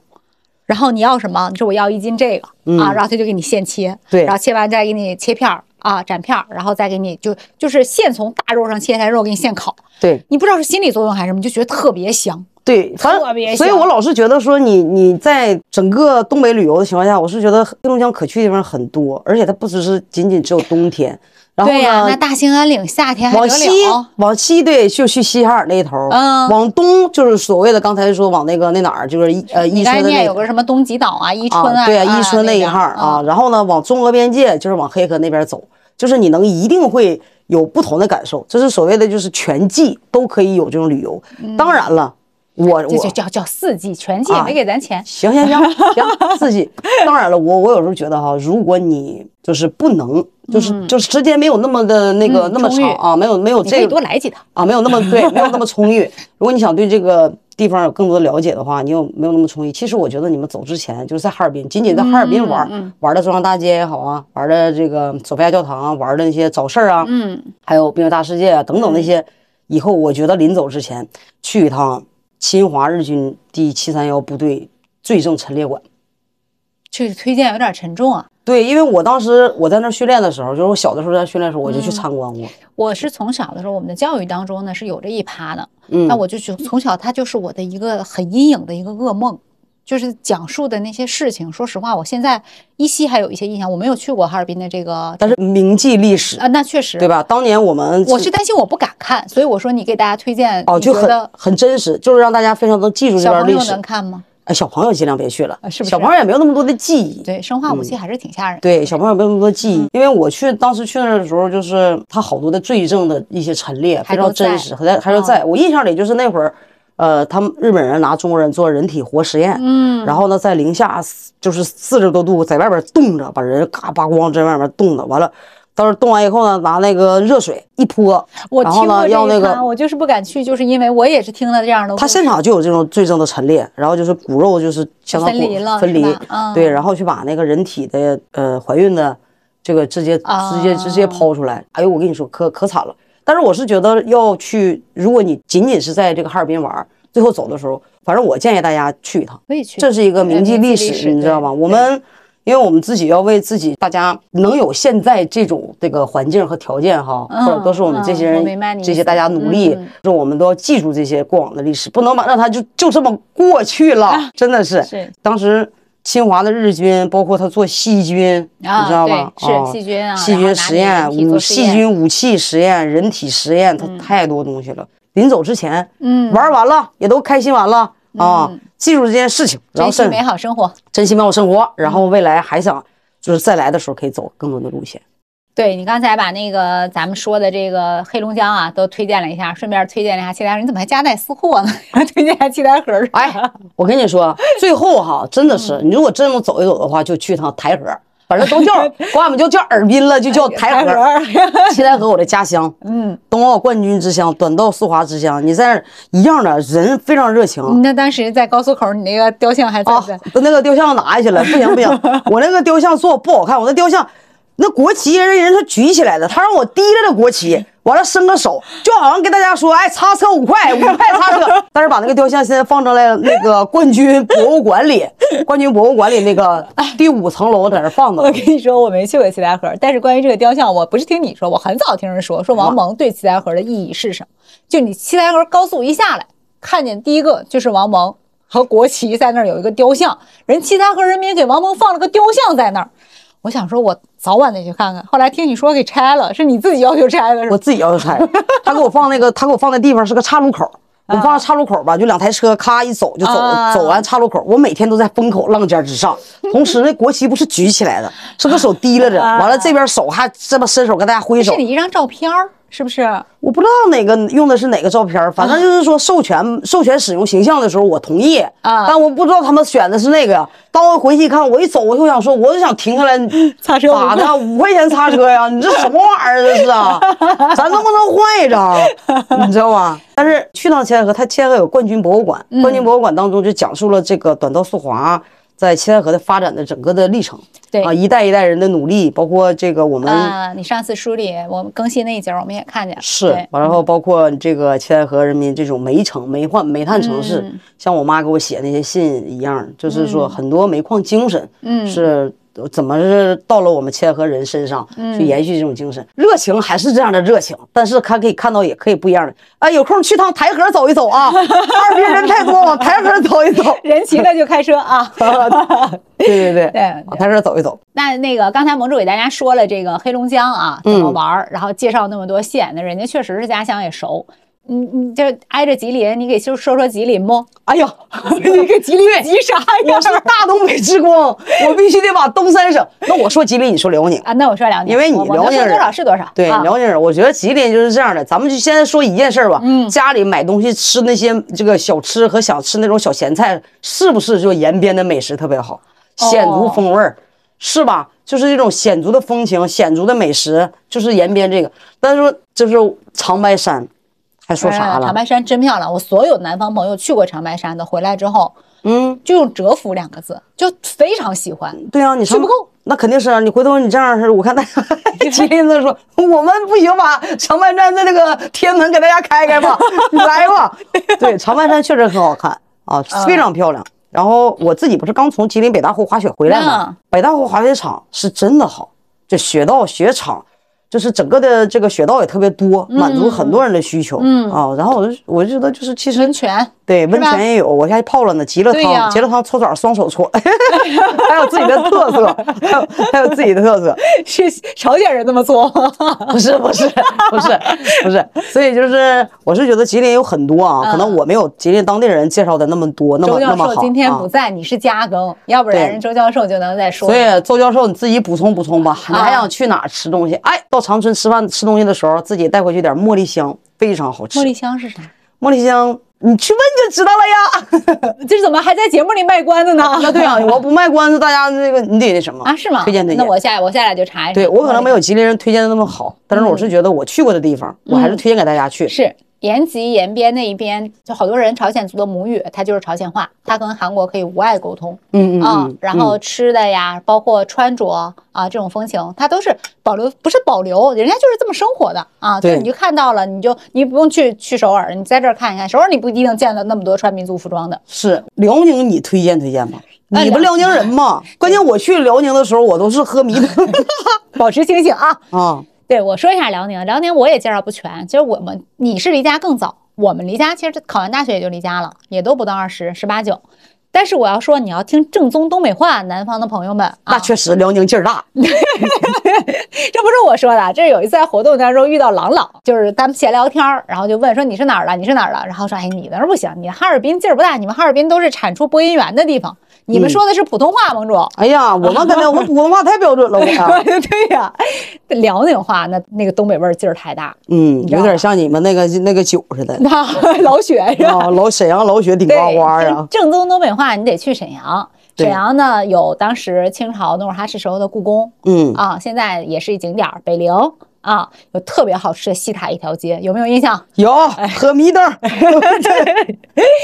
然后你要什么，你说我要一斤这个、啊，然后他就给你现切，
嗯对
然后切完再给你切片儿啊，斩片儿，然后再给你就就是现从大肉上切下来肉给你现烤，
对
你不知道是心理作用还是什么，你就觉得特别香。
对，反
特别
正所以，
香
我老是觉得说你你在整个东北旅游的情况下，我是觉得黑龙江可去的地方很多，而且它不只是仅仅只有冬天。然后
对呀、那
呢，
大兴安岭夏天还得
往西
了？
往西对，就去齐齐哈尔那一头，
嗯
往东就是所谓的刚才说往那个那哪儿，就是伊呃伊
你刚才
春的
念
那
有个什么东极岛啊、伊春
啊，对
啊
伊春那一
边
号啊，
嗯
然后呢，往中俄边界就是往黑河那边走，就是你能一定会有不同的感受，这是所谓的就是全季都可以有这种旅游。当然了，我
嗯这就
我。
叫叫四季，全季也
啊
没给咱钱。
行行行行，自己。当然了，我我有时候觉得哈，如果你就是不能，就是、就是时间没有那么的那个、
嗯
那么
充裕
长啊，没有没有
你可
这
以
个
多来几趟，
啊，没有那 么对，没有那么充裕。如果你想对这个地方有更多的了解的话，你有没有那么充裕？其实我觉得你们走之前，就是在哈尔滨，仅仅在哈尔
嗯
滨玩儿、玩儿的中央大街也好啊，玩儿的这个索菲亚教堂啊，玩儿的那些早市儿啊，
嗯，
还有冰雪大世界啊等等那些，以后我觉得临走之前去一趟侵华日军第七三幺部队罪证陈列馆。
这个推荐有点沉重啊。
对，因为我当时我在那儿训练的时候，就是我小的时候在训练的时候，我
嗯
就去参观过。
我是从小的时候，我们的教育当中呢是有这一趴的，
嗯
那我就去从小，它就是我的一个很阴影的一个噩梦，就是讲述的那些事情。说实话，我现在依稀还有一些印象，我没有去过哈尔滨的这个，
但是铭记历史，
啊，那确实，
对？吧？当年我们
我是担心我不敢看，所以我说你给大家推荐，
哦，
你
就
觉
很
得
很真实，就是让大家非常能记住这
小
段
朋
历
友
史
能。看吗？
哎，小朋友尽量别去了
啊，是不是
小朋友也没有那么多的记忆。
对，生化武
嗯
器还是挺吓人的。
对，小朋友没有那么多记
嗯
忆，因为我去当时去那儿的时候，就是他好多的罪证的一些陈列非
还都
常真
在嗯
实，还在还都在。我印象里就是那会儿，呃，他们日本人拿中国人做人体活实验，嗯，然后呢，在零下四就是四十多度在外边冻着，把人嘎巴咣在外面冻着，完了，到时候冻完以后呢，拿那个热水一泼，
我
然
听
后
过
呢
这
要
一
那个
趴我就是不敢去，就是因为我也是听了这样的故事。
他现场就有这种罪证的陈列，然后就是骨肉就是相当
分离了
分离
是吧嗯，
对，然后去把那个人体的呃怀孕的这个直接
啊
直接直接剖出来，哎呦我跟你说可可惨了。但是我是觉得要去，如果你仅仅是在这个哈尔滨玩儿，最后走的时候，反正我建议大家去一趟，
可以去，
这是一个铭记历
铭记历史
史，你知道吗？
对
我们因为我们自己要为自己，大家能有现在这种这个环境和条件哈，
嗯
或者都是我们这些
嗯我明白
人
你意思
这些大家努力
嗯嗯，
就我们都要记住这些过往的历史，不能把让它就就这么过去了，真的是。
啊是
当时侵华的日军，包括他做细菌，
啊
你知道吧？
对是
哦
细菌啊
细
然后
菌
拿
实
你
验、
人体做
武
实
细
验
菌武器实验、人体实验，它太多东西了。临走之前，
嗯
玩完了也都开心完了啊，记住这件事情，然后
珍惜
剩
美好生活。
珍惜美好生活，然后未来还想就是再来的时候可以走更多的路线。
嗯对你刚才把那个咱们说的这个黑龙江啊，都推荐了一下，顺便推荐了一下契丹河，你怎么还加奈斯货呢？ 推荐一下契丹河。
哎，我跟你说，最后哈，真的
嗯
是你如果真能走一走的话，就去趟台河，反正都叫， 管我们就叫尔滨了，就叫台 河。西戴河我的家乡，
嗯，
冬奥冠军之乡，短道速滑之乡，你在那儿一样的人非常热情。
你 那当时在高速口，你那个雕像还在
啊
不在？，
那个雕像拿下去了，不行不行， 我那个雕像做不好看，我那雕像，那国旗人人他举起来的，他让我提着那国旗，完了伸个手，就好像跟大家说，哎，擦车五块，五块擦车，但是把那个雕像现在放在了那个冠军博物馆里，冠军博物馆里那个哎第五层楼在那儿放
我
着。
跟你说，我没去过契丹河，但是关于这个雕像，我不是听你说，我很早听人说，说王蒙对契丹河的意义是什么？就你契丹河高速一下来，看见第一个就是王蒙和国旗在那儿有一个雕像，人契丹河人民给王蒙放了个雕像在那儿。我想说，我早晚得去看看。后来听你说给拆了，是你自己要求拆的，是
我
吧？
自己要拆。他给我放那个，他给我放的地方是个岔路口。我们放在岔路口吧，就两台车咔一走就走，
啊
走完岔路口，我每天都在风口浪尖之上。同时，那国旗不是举起来的，是个手提拉着，完了这边手还这么伸手跟大家挥手
是。你一张照片儿，是不是？
我不知道哪个用的是哪个照片，反正就是说授权授权使用形象的时候，我同意
啊
但我不知道他们选的是那个。当我回去一看，我一走，我就想说，我就想停下来
擦车
咋的？五块钱擦车呀？你这什么玩意儿？这是啊？咱能不能换一张？你知道吧？但
嗯
是去趟千河，它千河有冠军博物馆，冠军博物馆当中就讲述了这个短道速滑。在七台河的发展的整个的历程，
对
啊，一代一代人的努力，包括这个我们
啊、你上次书里我们更新那一节儿我们也看见了，
是
对，嗯
完然后包括这个七台河人民这种煤城、煤矿、煤炭城市，
嗯
像我妈给我写那些信一样，就是说
嗯
很多煤矿精神，
嗯
是呃怎么是到了我们七台河人身上、
嗯
去延续这种精神，热情还是这样的热情，但是他可以看到也可以不一样的。哎，有空去趟台河走一走 啊，哈尔滨人太多，往台河走一走。
人齐了就开车啊。
对对对，
对
往台河走一走。
那那个刚才盟主给大家说了这个黑龙江啊怎么玩儿，然后介绍那么多县，那人家确实是家乡也熟。你你就挨着吉林，你给就说说吉林不？
哎 呀，你给吉林
急啥
我是大东北之光，我必须得把东三省。那我说吉林，你说辽宁，
啊，那我说辽宁，
因为你
我我
辽
能
宁
说
人
多少是多少。
对，
啊、
辽宁人，我觉得吉林就是这样的。咱们就先说一件事儿吧，
嗯
家里买东西吃那些这个小吃和想吃那种小咸菜，是不是就延边的美食特别好，
哦
显足风味儿，是吧？就是这种显足的风情，显足的美食，就是延边这个。但是说就是长白山，还说啥
哎长
了？
白山真漂亮，我所有南方朋友去过长白山的，回来之后
嗯，
就用折服两个字，就非常喜欢。
对啊，你上
吃不够，
那肯定是啊。你回头你这样式儿，我看大 家吉林的说，我们不行吧？长白山的那个天安门给大家开开吧，你来吧。对，长白山确实很好看啊，
嗯
非常漂亮。然后我自己不是刚从吉林北大湖滑雪回来吗
嗯？
北大湖滑雪场是真的好，这雪道、雪场，就是整个的这个雪道也特别多，满足很多人的需求。
嗯
啊，然后我就我就觉得就是其实
温泉，
对，
吧
温泉也有，我还泡了呢，极乐
对呀
汤，极乐汤搓澡双手搓， 还有自己的特色， 还有还有自己的特色，
是朝鲜人这么做吗？
不是不 是不是不是，所以就是我是觉得吉林有很多啊，可能我没有吉林当地人介绍的那么多，那
嗯周
么那
教
么
授
好
今天不
啊。
在，你是加更，要不然
对
人周教授就能再说。
所以周教授你自己补充补充吧，你还想去哪儿吃东西？哎，到长春吃饭吃东西的时候，自己带回去点茉莉香，非常好吃
茉。莉香是啥？
茉莉香，你去问就知道了呀。
这怎么还在节目里卖关子呢？
那对 啊，我要不卖关子，大家那个你得那什么
啊，是吗？
推荐推荐。
那我下我下来就查一查。
对我可能没有吉林人推荐的那么好，但是我是觉得我去过的地方，我还是推荐给大家去。
是延吉延边那一边，就好多人朝鲜族的母语，它就是朝鲜话，它跟韩国可以无碍沟通。
嗯嗯
啊
嗯，，
然后吃的呀，包括穿着啊，这种风情，它都是保留，不是保留，人家就是这么生活的啊。就是
对
你就看到了，你就你不用去去首尔，你在这儿看一看，首尔你不一定见到那么多穿民族服装的。
是辽宁，你推荐推荐吧。
哎
你不辽
辽
宁人吗？关键我去辽宁的时候，我都是喝迷 的
保持清醒啊！
啊。
对我说一下辽宁，辽宁我也介绍不全。其实我们你是离家更早，我们离家其实考完大学也就离家了，也都不到二十，十八九。但是我要说，你要听正宗东北话，南方的朋友们啊，
那确实，辽宁劲儿大。
这不是我说的，这是有一次在活动当中遇到郎朗，就是咱们闲聊天儿，然后就问说你是哪儿的，你是哪儿的，然后说哎你那儿不行，你哈尔滨劲儿不大，你们哈尔滨都是产出播音员的地方，你
嗯
们说的是普通话，盟主。
哎呀，我们肯定，我们普通话太标准了，我啊
对呀、辽宁话那那个东北味儿劲儿太大，
嗯，
你知道
有
吧
点像你们那个那个酒似的
那 老雪是吧？
啊，老沈阳老雪顶
对，
呱呱
真
呀。
正宗东北话，你得去沈阳。
对
沈阳呢，有当时清朝努尔哈赤时候的故宫
嗯，
啊，现在也是一景点儿，北陵啊，有特别好吃的西塔一条街，有没有印象？
有喝迷瞪，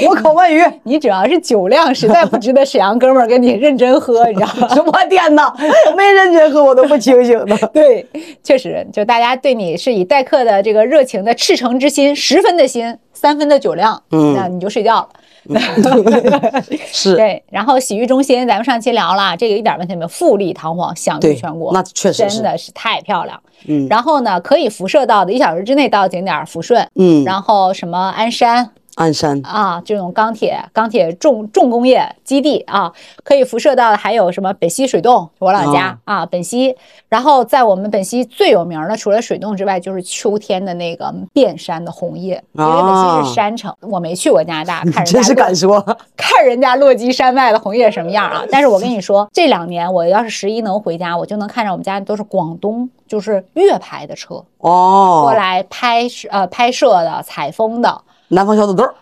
我烤鳗鱼。
你只要是酒量实在不值得沈阳哥们儿跟你认真喝，你知道吗？
我天哪，
哎
我没认真喝，我都不清醒呢。
对，确实，就大家对你是以待客的这个热情的赤诚之心，十分的心，三分的酒量，
嗯
那你就睡觉了。
是，
对，然后洗浴中心，咱们上期聊了，这个一点问题没有，富丽堂皇，享誉
对
全国，
那确实
真
是
的是太漂亮。
嗯
然后呢，可以辐射到的一小时之内到景点儿抚顺，
嗯，
然后什么鞍山
鞍山，
啊，这种钢铁钢铁重重工业基地啊，可以辐射到的还有什么北溪水洞，我老家啊本溪。然后在我们本溪最有名儿的，除了水洞之外，就是秋天的那个遍山的红叶，因为本溪
啊
是山城，我没去过加拿 大，看人家
真是
落
敢说。
看人家落基山脉的红叶什么样啊！但是我跟你说，这两年我要是十一能回家，我就能看着我们家都是广东，就是粤牌的车过
哦，
来拍摄呃拍摄的、采风的，
南方小土豆儿，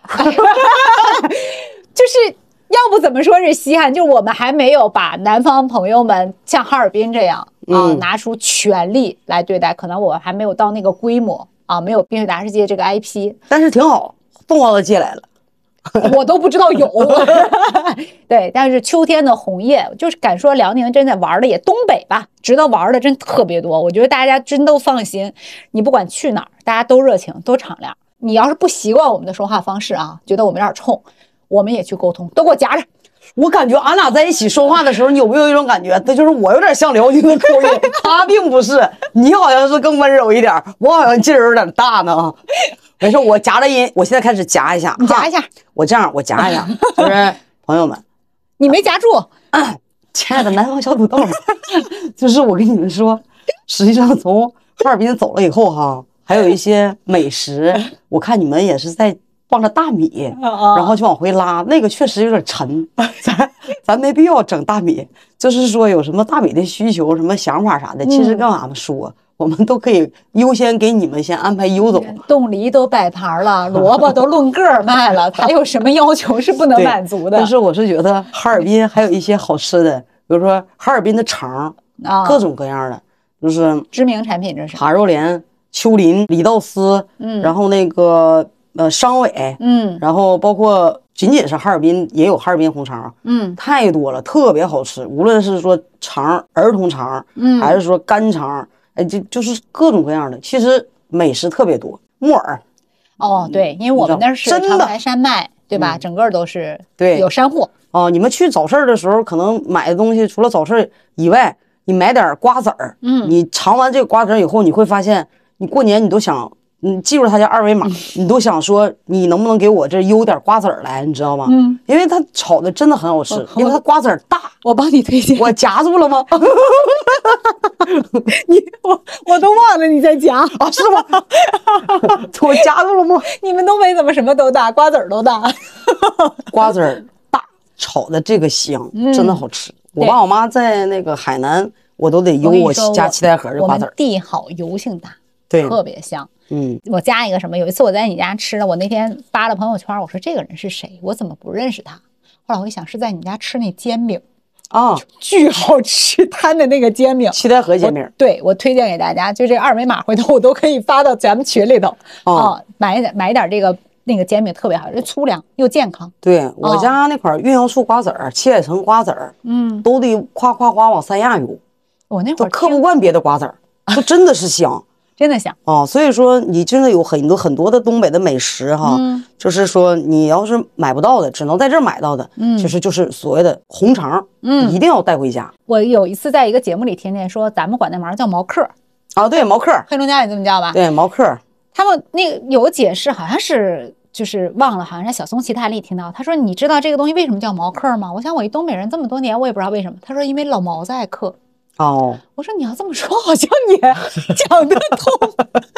就是要不怎么说是稀罕，就我们还没有把南方朋友们像哈尔滨这样啊、
嗯
拿出全力来对待，可能我还没有到那个规模啊，没有《冰雪大世界》这个 IP，
但是挺好，凤凰都借来了。
我都不知道有。对，但是秋天的红叶，就是敢说辽宁真的玩的也东北吧，值得玩的真特别多。我觉得大家真都放心，你不管去哪儿，大家都热情，都敞亮。你要是不习惯我们的说话方式啊，觉得我们有点冲，我们也去沟通，都给我夹着。
我感觉俺俩在一起说话的时候，你有没有一种感觉？他就是我有点像辽宁的口 音，他并不是。你好像是更温柔一点儿，我好像劲儿有点大 呢。没事，我夹着音，我现在开始夹一下，
你夹一
下。
下，
我这样，我夹一下， 就是朋友们，
你没夹住，
亲爱的南方小土豆儿， 就是我跟你们说，实际上从哈尔滨走了以后哈，还有一些美食，我看你们也是在望着大米， 然
嗯
后就往回拉，那个确实有点沉，咱咱没必要整大米。就是说有什么大米的需求、什么想法啥的，其
嗯
实跟俺们说，我们都可以优先给你们先安排优总。
冻梨都摆盘了，萝卜都论个儿 卖了，还有什么要求是不能
对
满足的？
但是我是觉得哈尔滨还有一些好吃的，比如说哈尔滨的肠
啊
儿，，各种各样的，就是。
知名产品这是，
塔肉莲、秋林、李道斯，
嗯
然后那个呃商伟，
嗯
然后包括仅仅是哈尔滨也有哈尔滨红肠儿，
嗯
太多了，特别好吃。无论是说肠儿、儿童肠儿，
嗯
还是说干肠儿，哎，就就是各种各样的。其实美食特别多，木耳
哦，
嗯
对，因为我们那儿是
真的嗯
长白山脉，对吧？整个都是
对
有山货，
啊、你们去早市儿的时候，可能买的东西除了早市儿以外，你买点儿瓜子儿，
嗯
你尝完这个瓜子儿以后，你会发现，你过年你都想，嗯你记住他家二维码，
嗯
你都想说，你能不能给我这邮点儿瓜子儿来，你知道吗？
嗯，哦
因为它炒的真的很好吃，因为它瓜子儿大。
我帮你推荐。
我夹住了吗？
你我 我都忘了你在讲，
啊，是吗？ 我夹住了吗？
你们东北怎么什么都大，瓜子儿 都大？
瓜子儿大，炒的这个香，真的好吃。我
嗯对
爸我妈在那个海南，我都得邮
跟你
我
说
家七台河的
我
瓜
们
子儿。
地好油性大，
对，
特别香。
嗯，
我加一个什么？有一次我在你家吃了，我那天发了朋友圈，我说这个人是谁？我怎么不认识他？后来我一想，是在你家吃那煎饼，
啊，
巨好吃，摊的那个煎饼。
七台河 煎饼
我，对我推荐给大家，就这二维码，回头我都可以发到咱们群里头
哦
啊买一点买一点这个那个煎饼特别好，这粗粮又健康。
对我家那块儿鸳鸯树瓜子儿、七彩橙瓜子儿，
嗯，
都得夸夸夸往三亚邮，
我那会
都
儿
嗑
听
不惯别的瓜子儿，就真的是香
真的想，
啊。所以说，你真的有很多很多的东北的美食哈，
嗯
就是说你要是买不到的，只能在这儿买到的，
嗯
其实就是所谓的红肠，
嗯
一定要带回家
我有一次在一个节目里听见说，咱们管那玩意儿叫毛嗑儿，
啊。对，毛嗑儿，
黑龙江也这么叫吧？
对毛嗑儿，
他们那个有解释，好像是就是忘了，好像在小松奇谈里听到，他说你知道这个东西为什么叫毛嗑儿吗？我想我一东北人这么多年，我也不知道为什么。他说因为老毛子爱嗑。
哦，
我说你要这么说，好像 也讲得通，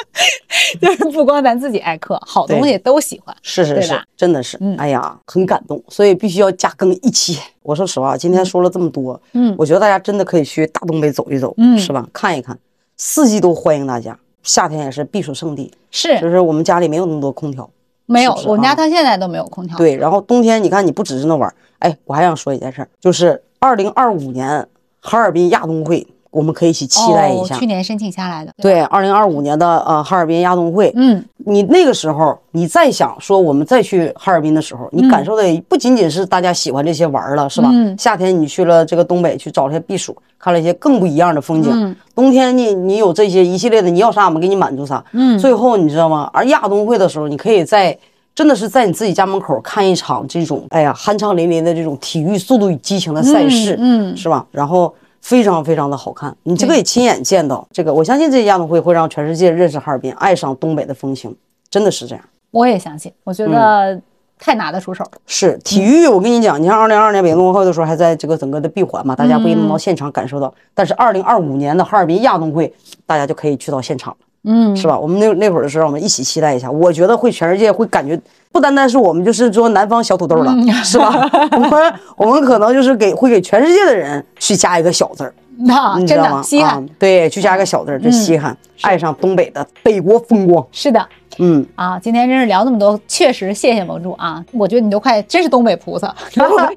就是不光咱自己爱嗑，好东西都喜欢。
是是
对
是
吧，
真的是
嗯，
哎呀，很感动，所以必须要加更一期。我说实话，今天说了这么多，
嗯
我觉得大家真的可以去大东北走一走，
嗯
是吧？看一看，四季都欢迎大家，夏天也是避暑胜地。就是是我们家里没有那么多空调，
没有
是不是啊
我们家到现在都没有空调。，
对。然后冬天你看，你不只是那玩儿，哎，我还想说一件事儿，就是二零二五年哈尔滨亚冬会，我们可以一起期待一
哦
下。
去年申请下来的。，
对，二零二五年的呃哈尔滨亚冬会，
嗯，
你那个时候，你再想说我们再去哈尔滨的时候，你感受的不仅仅是大家喜欢这些玩儿了，是吧？
嗯
夏天你去了这个东北去找了些避暑，看了一些更不一样的风景。
嗯
冬天你你有这些一系列的，你要啥我们给你满足啥。
嗯
最后你知道吗？而亚冬会的时候，你可以在真的是在你自己家门口看一场这种哎呀酣畅淋漓的这种体育速度与激情的赛事，
嗯嗯
是吧？然后。非常非常的好看，你就可以亲眼见到这个。我相信这届亚冬会会让全世界认识哈尔滨，爱上东北的风情。真的是这样。
我也相信，我觉
嗯
得太拿得出手了。
是体育，嗯我跟你讲，你像二零二二年北京冬奥会的时候，还在这个整个的闭环嘛，大家不一定能到现场感受到。但是二零二五年的哈尔滨亚冬会，大家就可以去到现场了，
嗯，
是吧？我们那那会儿的时候，我们一起期待一下，我觉得会全世界会感觉不单单是我们，就是说南方小土豆了，是吧？我们我们可能就是给会给全世界的人去加一个小字儿，
那
你知
真
道
的
吗？
稀罕嗯
啊。，对，去加一个小字儿，这稀罕，爱上东北的北国风光，
是的
嗯。
啊，今天真是聊那么多，确实谢谢盟主啊！我觉得你都快真是东北菩萨，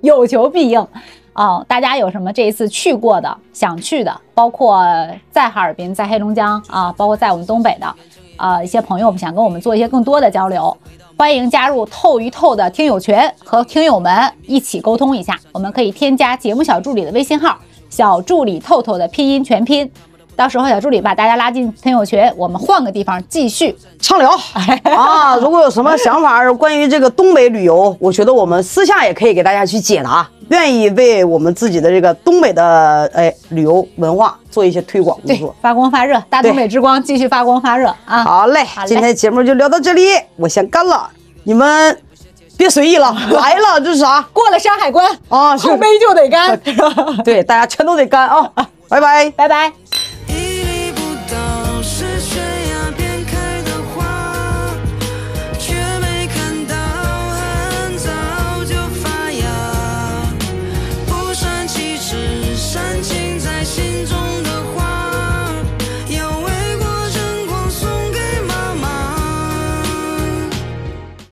有求必应 啊！大家有什么这一次去过的、想去的，包括在哈尔滨、在黑龙江啊，包括在我们东北的，啊一些朋友想跟我们做一些更多的交流欢迎加入透一透的听友群，和听友们一起沟通一下。我们可以添加节目小助理的微信号“小助理透透”的拼音全拼。到时候小助理把大家拉进听友群，我们换个地方继续
畅 聊啊！如果有什么想法儿关于这个东北旅游，我觉得我们私下也可以给大家去解答，愿意为我们自己的这个东北的哎旅游文化做一些推广工
对
作。
发光发热，大东北之光继续发光发热啊！
好嘞，
好嘞
今天节目就聊到这里，我先干了，你们别随意了，来了这是啥
过了山海关，
啊？是
后背就得干，
对，大家全都得干啊！拜拜。
拜拜。